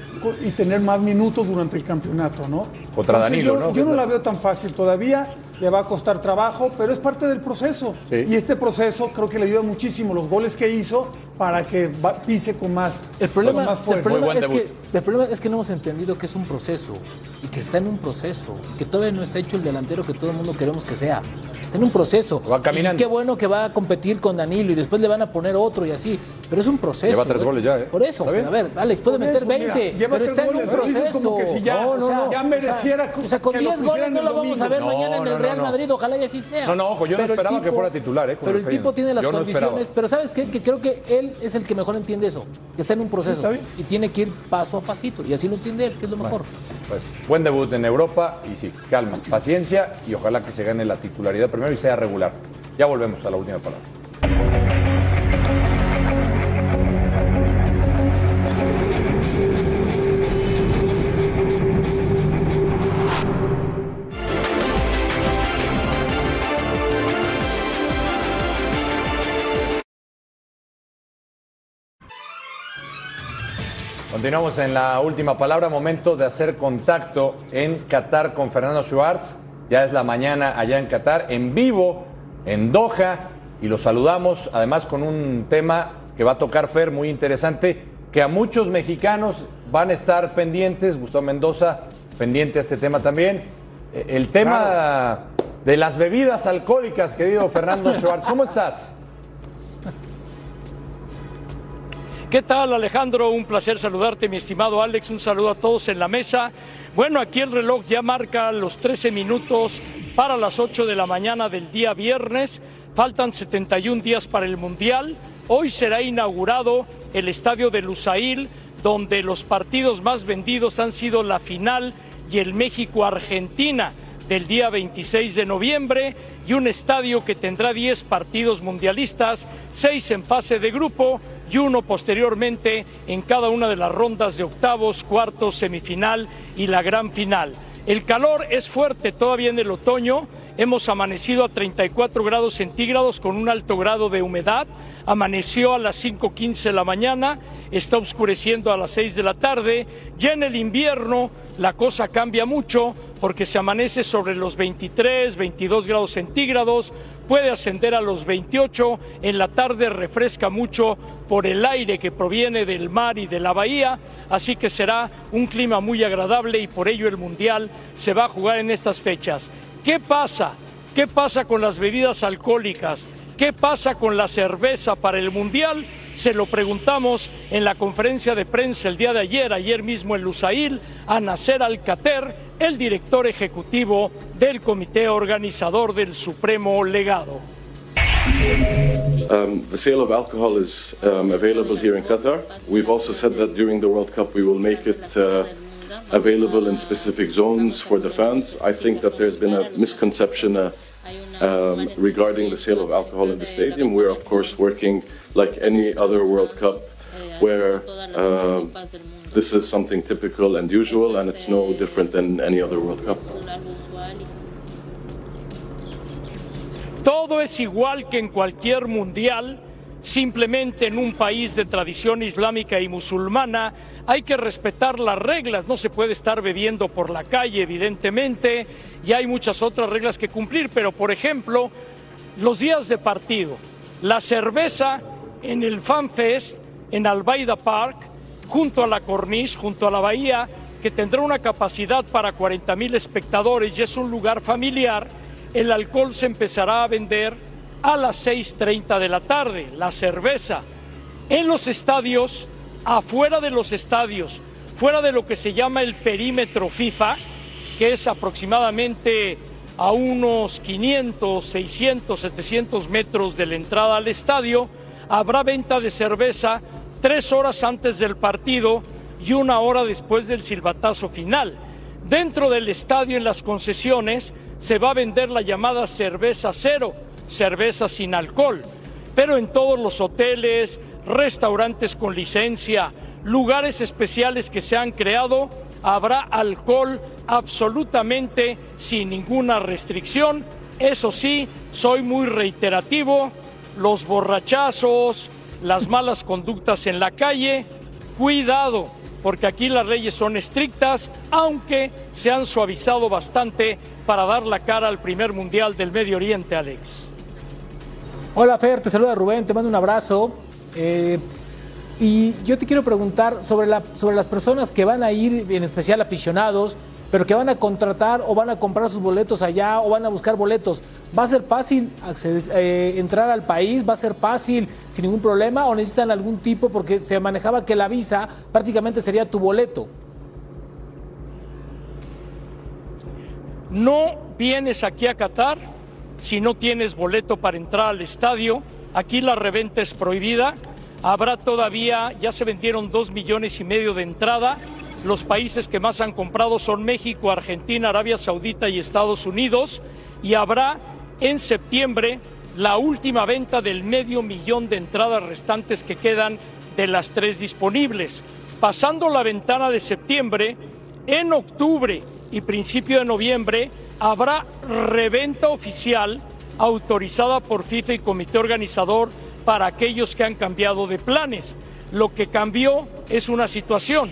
S9: y tener más minutos durante el campeonato, ¿no?
S6: Contra Danilo,
S9: yo-
S6: ¿no?
S9: Yo no la veo tan fácil todavía, le va a costar trabajo, pero es parte del proceso.
S6: Sí.
S9: Y este proceso creo que le ayuda muchísimo los goles que hizo para que va- pise con más,
S10: El problema,
S9: con más
S10: el
S9: fuerza.
S10: problema es que, el problema es que no hemos entendido que es un proceso y que está en un proceso, que todavía no está hecho el delantero que todo el mundo queremos que sea. Está en un proceso. Va caminando. qué bueno que va a competir con Danilo y después le van a poner otro y así. Pero es un proceso.
S6: Lleva tres
S10: güey.
S6: goles ya, ¿eh?
S10: Por eso,
S6: ¿Está bien?
S10: pero a ver, Alex, puede
S9: Por
S10: meter
S9: eso,
S10: 20.
S9: mira, lleva
S10: pero
S9: tres
S10: está en un
S9: goles, lo dices
S10: proceso.
S9: como que si ya-
S10: No, no,
S9: o sea,
S10: no.
S9: ya mereciera
S10: O sea, o sea, con
S9: que lo
S10: 10 goles
S9: pusieran
S10: no
S9: el
S10: lo vamos a ver
S9: domingo.
S10: mañana
S9: No,
S10: en el
S9: no,
S10: Real
S9: no.
S10: Madrid. Ojalá y así sea.
S6: No, no, ojo, yo no
S10: Pero el
S6: esperaba que
S10: tipo-
S6: fuera titular, ¿eh? con
S10: Pero el
S6: Feyenoord.
S10: tipo tiene las
S6: Yo no esperaba.
S10: condiciones. Pero ¿sabes qué? Que creo que él es el que mejor entiende eso. Que está en un proceso.
S6: Está bien.
S10: Y tiene que ir paso a pasito. Y así lo entiende él, que es lo mejor.
S6: Pues buen debut en Europa y sí, calma, paciencia y ojalá que se gane la titularidad primero y sea regular. Ya volvemos a la última palabra. Continuamos en la última palabra, momento de hacer contacto en Qatar con Fernando Schwartz. Ya es la mañana allá en Qatar, en vivo, en Doha, y lo saludamos además con un tema que va a tocar Fer muy interesante, que a muchos mexicanos van a estar pendientes, Gustavo Mendoza pendiente a este tema también. Eh, El tema de las bebidas alcohólicas, querido Fernando Schwartz, ¿cómo estás?
S13: ¿Qué tal Alejandro? Un placer saludarte, mi estimado Alex. Un saludo a todos en la mesa. Bueno, aquí el reloj ya marca los 13 minutos para las 8 de la mañana del día viernes. Faltan 71 días para el Mundial. Hoy será inaugurado el estadio de Lusail, donde los partidos más vendidos han sido la final y el México-Argentina
S10: del día 26 de noviembre y un estadio que tendrá 10 partidos mundialistas, 6 en fase de grupo y uno posteriormente en cada una de las rondas de octavos, cuartos, semifinal y la gran final. El calor es fuerte todavía en el otoño. Hemos amanecido a 34 grados centígrados con un alto grado de humedad. Amaneció a las 5.15 de la mañana, está oscureciendo a las 6 de la tarde. Ya en el invierno la cosa cambia mucho porque se amanece sobre los 23, 22 grados centígrados, puede ascender a los 28, en la tarde refresca mucho por el aire que proviene del mar y de la bahía, así que será un clima muy agradable y por ello el Mundial se va a jugar en estas fechas. ¿Qué pasa? ¿Qué pasa con las bebidas alcohólicas? ¿Qué pasa con la cerveza para el Mundial? Se lo preguntamos en la conferencia de prensa el día de ayer, ayer mismo en Lusail, a Nacer Alcater, el director ejecutivo del comité organizador del Supremo Legado.
S7: Um, the sale of alcohol is um, available here in Qatar. We've also said that during the World Cup we will make it uh, available in specific zones for the fans. I think that there's been a misconception uh, um, regarding the sale of alcohol in the stadium. We're, of course, working like any other World Cup where um this is something typical and usual, and it's no different than any other World Cup.
S10: Todo es igual que en cualquier mundial, simplemente en un país de tradición islámica y musulmana hay que respetar las reglas, pues no se puede estar bebiendo por la calle, evidentemente, y hay muchas otras reglas que cumplir, pero por ejemplo, los días de partido, la cerveza en el FanFest, en Albaida Park, junto a la Corniche, junto a la bahía, que tendrá una capacidad para 40 mil espectadores y es un lugar familiar, el alcohol se empezará a vender a las 6.30 de la tarde, la cerveza. En los estadios, afuera de los estadios, fuera de lo que se llama el perímetro FIFA, que es aproximadamente a unos 500, 600, 700 metros de la entrada al estadio, habrá venta de cerveza tres horas antes del partido y una hora después del silbatazo final. Dentro del estadio, en las concesiones, se va a vender la llamada cerveza cero, cerveza sin alcohol. Pero en todos los hoteles, restaurantes con licencia, lugares especiales que se han creado, habrá alcohol absolutamente sin ninguna restricción. Eso sí, soy muy reiterativo, los borrachazos, las malas conductas en la calle, cuidado, porque aquí las leyes son estrictas, aunque se han suavizado bastante para dar la cara al primer mundial del Medio Oriente, Alex.
S14: Hola Fer, te saluda Rubén, te mando un abrazo. Eh, y yo te quiero preguntar sobre, la, sobre las personas que van a ir, en especial aficionados, pero que van a contratar o van a comprar sus boletos allá o van a buscar boletos. ¿Va a ser fácil acces- eh, entrar al país? ¿Va a ser fácil sin ningún problema? ¿O necesitan algún tipo? Porque se manejaba que la visa prácticamente sería tu boleto.
S10: No vienes aquí a Qatar si no tienes boleto para entrar al estadio. Aquí la reventa es prohibida. Habrá todavía, ya se vendieron dos millones y medio de entrada. Los países que más han comprado son México, Argentina, Arabia Saudita y Estados Unidos. Y habrá en septiembre la última venta del medio millón de entradas restantes que quedan de las tres disponibles. Pasando la ventana de septiembre, en octubre y principio de noviembre habrá reventa oficial autorizada por FIFA y comité organizador para aquellos que han cambiado de planes. Lo que cambió es una situación.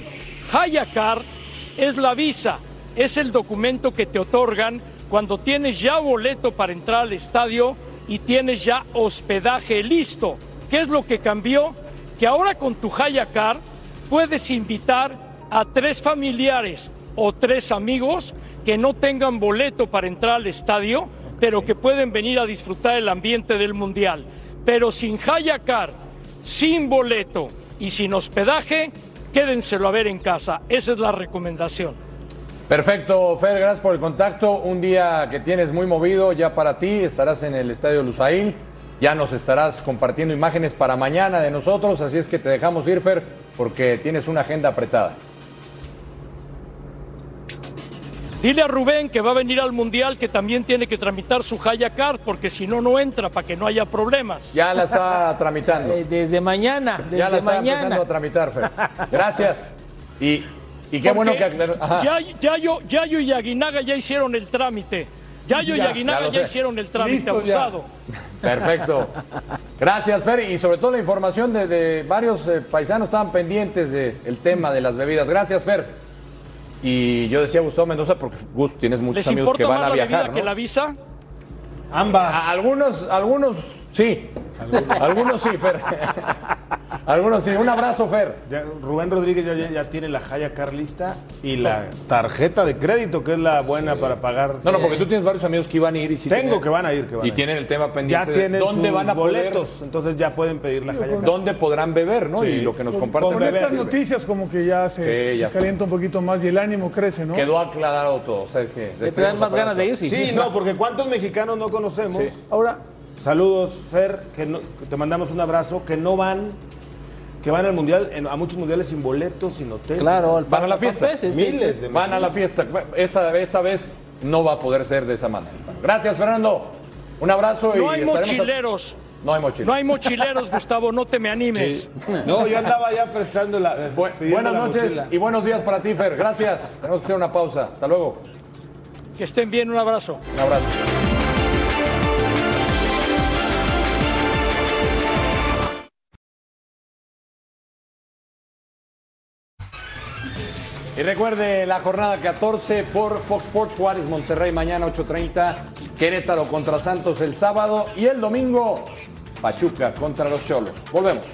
S10: Hayakar es la visa, es el documento que te otorgan cuando tienes ya boleto para entrar al estadio y tienes ya hospedaje listo. ¿Qué es lo que cambió? Que ahora con tu Hayakar puedes invitar a tres familiares o tres amigos que no tengan boleto para entrar al estadio, pero que pueden venir a disfrutar el ambiente del Mundial. Pero sin Hayakar, sin boleto y sin hospedaje, quédenselo a ver en casa. Esa es la recomendación.
S6: Perfecto, Fer, gracias por el contacto. Un día que tienes muy movido ya para ti, estarás en el Estadio Lusail, ya nos estarás compartiendo imágenes para mañana de nosotros, así es que te dejamos ir, Fer, porque tienes una agenda apretada.
S13: Dile a Rubén que va a venir al Mundial que también tiene que tramitar su Haya Card porque si no, no entra para que no haya problemas.
S6: Ya la está tramitando.
S14: Desde mañana,
S6: ya la
S13: desde
S6: está
S13: mañana.
S6: empezando a tramitar, Fer. Gracias. Y, y qué bueno que...
S13: Porque
S6: Ajá.
S13: Ya, Yayo, Yayo y Aguinaga ya hicieron el trámite. Yayo y
S6: Ya,
S13: Aguinaga ya,
S6: ya lo sé.
S13: hicieron el trámite
S6: Listo ya.
S13: abusado.
S6: Perfecto. Gracias, Fer. Y sobre todo la información de, de varios eh, paisanos estaban pendientes del tema de las bebidas. Gracias, Fer. Y yo decía Gustavo Mendoza porque, Gus, tienes muchos
S13: ¿Les importa
S6: amigos que van
S13: más
S6: a
S13: la bebida
S6: viajar, ¿no?
S13: que la visa?
S6: Ambas. algunos, algunos sí. Algunos, sí, Fer. algunos sí. Un abrazo, Fer.
S7: Rubén Rodríguez ya, ya- ya tiene la Haya Car lista y la tarjeta de crédito, que es la buena para pagar.
S6: No, no, porque tú tienes varios amigos que iban a ir y sí.
S7: Tengo
S6: tenían-
S7: que van a ir, que van a
S6: Y
S7: ir.
S6: tienen el tema
S7: Ya
S6: pendiente. de
S7: tienen
S6: ¿Dónde
S7: sus
S6: van a poder-
S7: boletos, entonces ya pueden pedir la Haya Car.
S6: ¿Dónde podrán beber, no?
S7: Sí.
S6: Y lo que nos
S7: Con-
S6: comparten.
S9: Con
S6: beber
S9: estas
S6: sirve.
S9: noticias como que ya se,
S6: Sí, ya
S9: se calienta un poquito más y el ánimo crece, ¿no?
S6: Quedó aclarado todo. ¿sabes qué? Despedimos a Fernando.
S7: Sí, no, porque ¿cuántos mexicanos no conocemos?
S6: Sí.
S7: Ahora, saludos, Fer, que, no- que te mandamos un abrazo, que no van, que van al mundial, en- a muchos mundiales sin boletos, sin hotel. sin-
S6: van a la fiesta.
S7: Miles de
S6: van a la fiesta. Esta, esta vez no va a poder ser de esa manera. Gracias, Fernando. Un abrazo y
S13: No hay
S6: estaremos a-
S13: mochileros.
S6: No hay mochileros.
S13: No hay mochileros, Gustavo, no te me animes.
S6: Sí.
S7: No, yo andaba ya prestando la. pidiendo
S6: Buenas
S7: la
S6: noches
S7: mochila.
S6: y buenos días para ti, Fer. Gracias. Tenemos que hacer una pausa. Hasta luego.
S13: Que estén bien, un abrazo.
S6: Un abrazo. Y recuerde la jornada 14 por Fox Sports Juárez Monterrey mañana 8:30, Querétaro contra Santos el sábado y el domingo Pachuca contra los Cholos. Volvemos.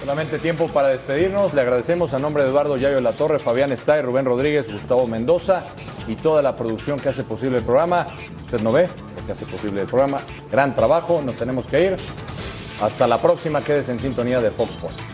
S6: Solamente tiempo para despedirnos. Le agradecemos a nombre de Eduardo Yayo La Torre, Fabián Estay, Rubén Rodríguez, Gustavo Mendoza y toda la producción que hace posible el programa. Usted no ve lo que hace posible el programa. Gran trabajo, nos tenemos que ir. Hasta la próxima, quédese en sintonía de Fox Sports.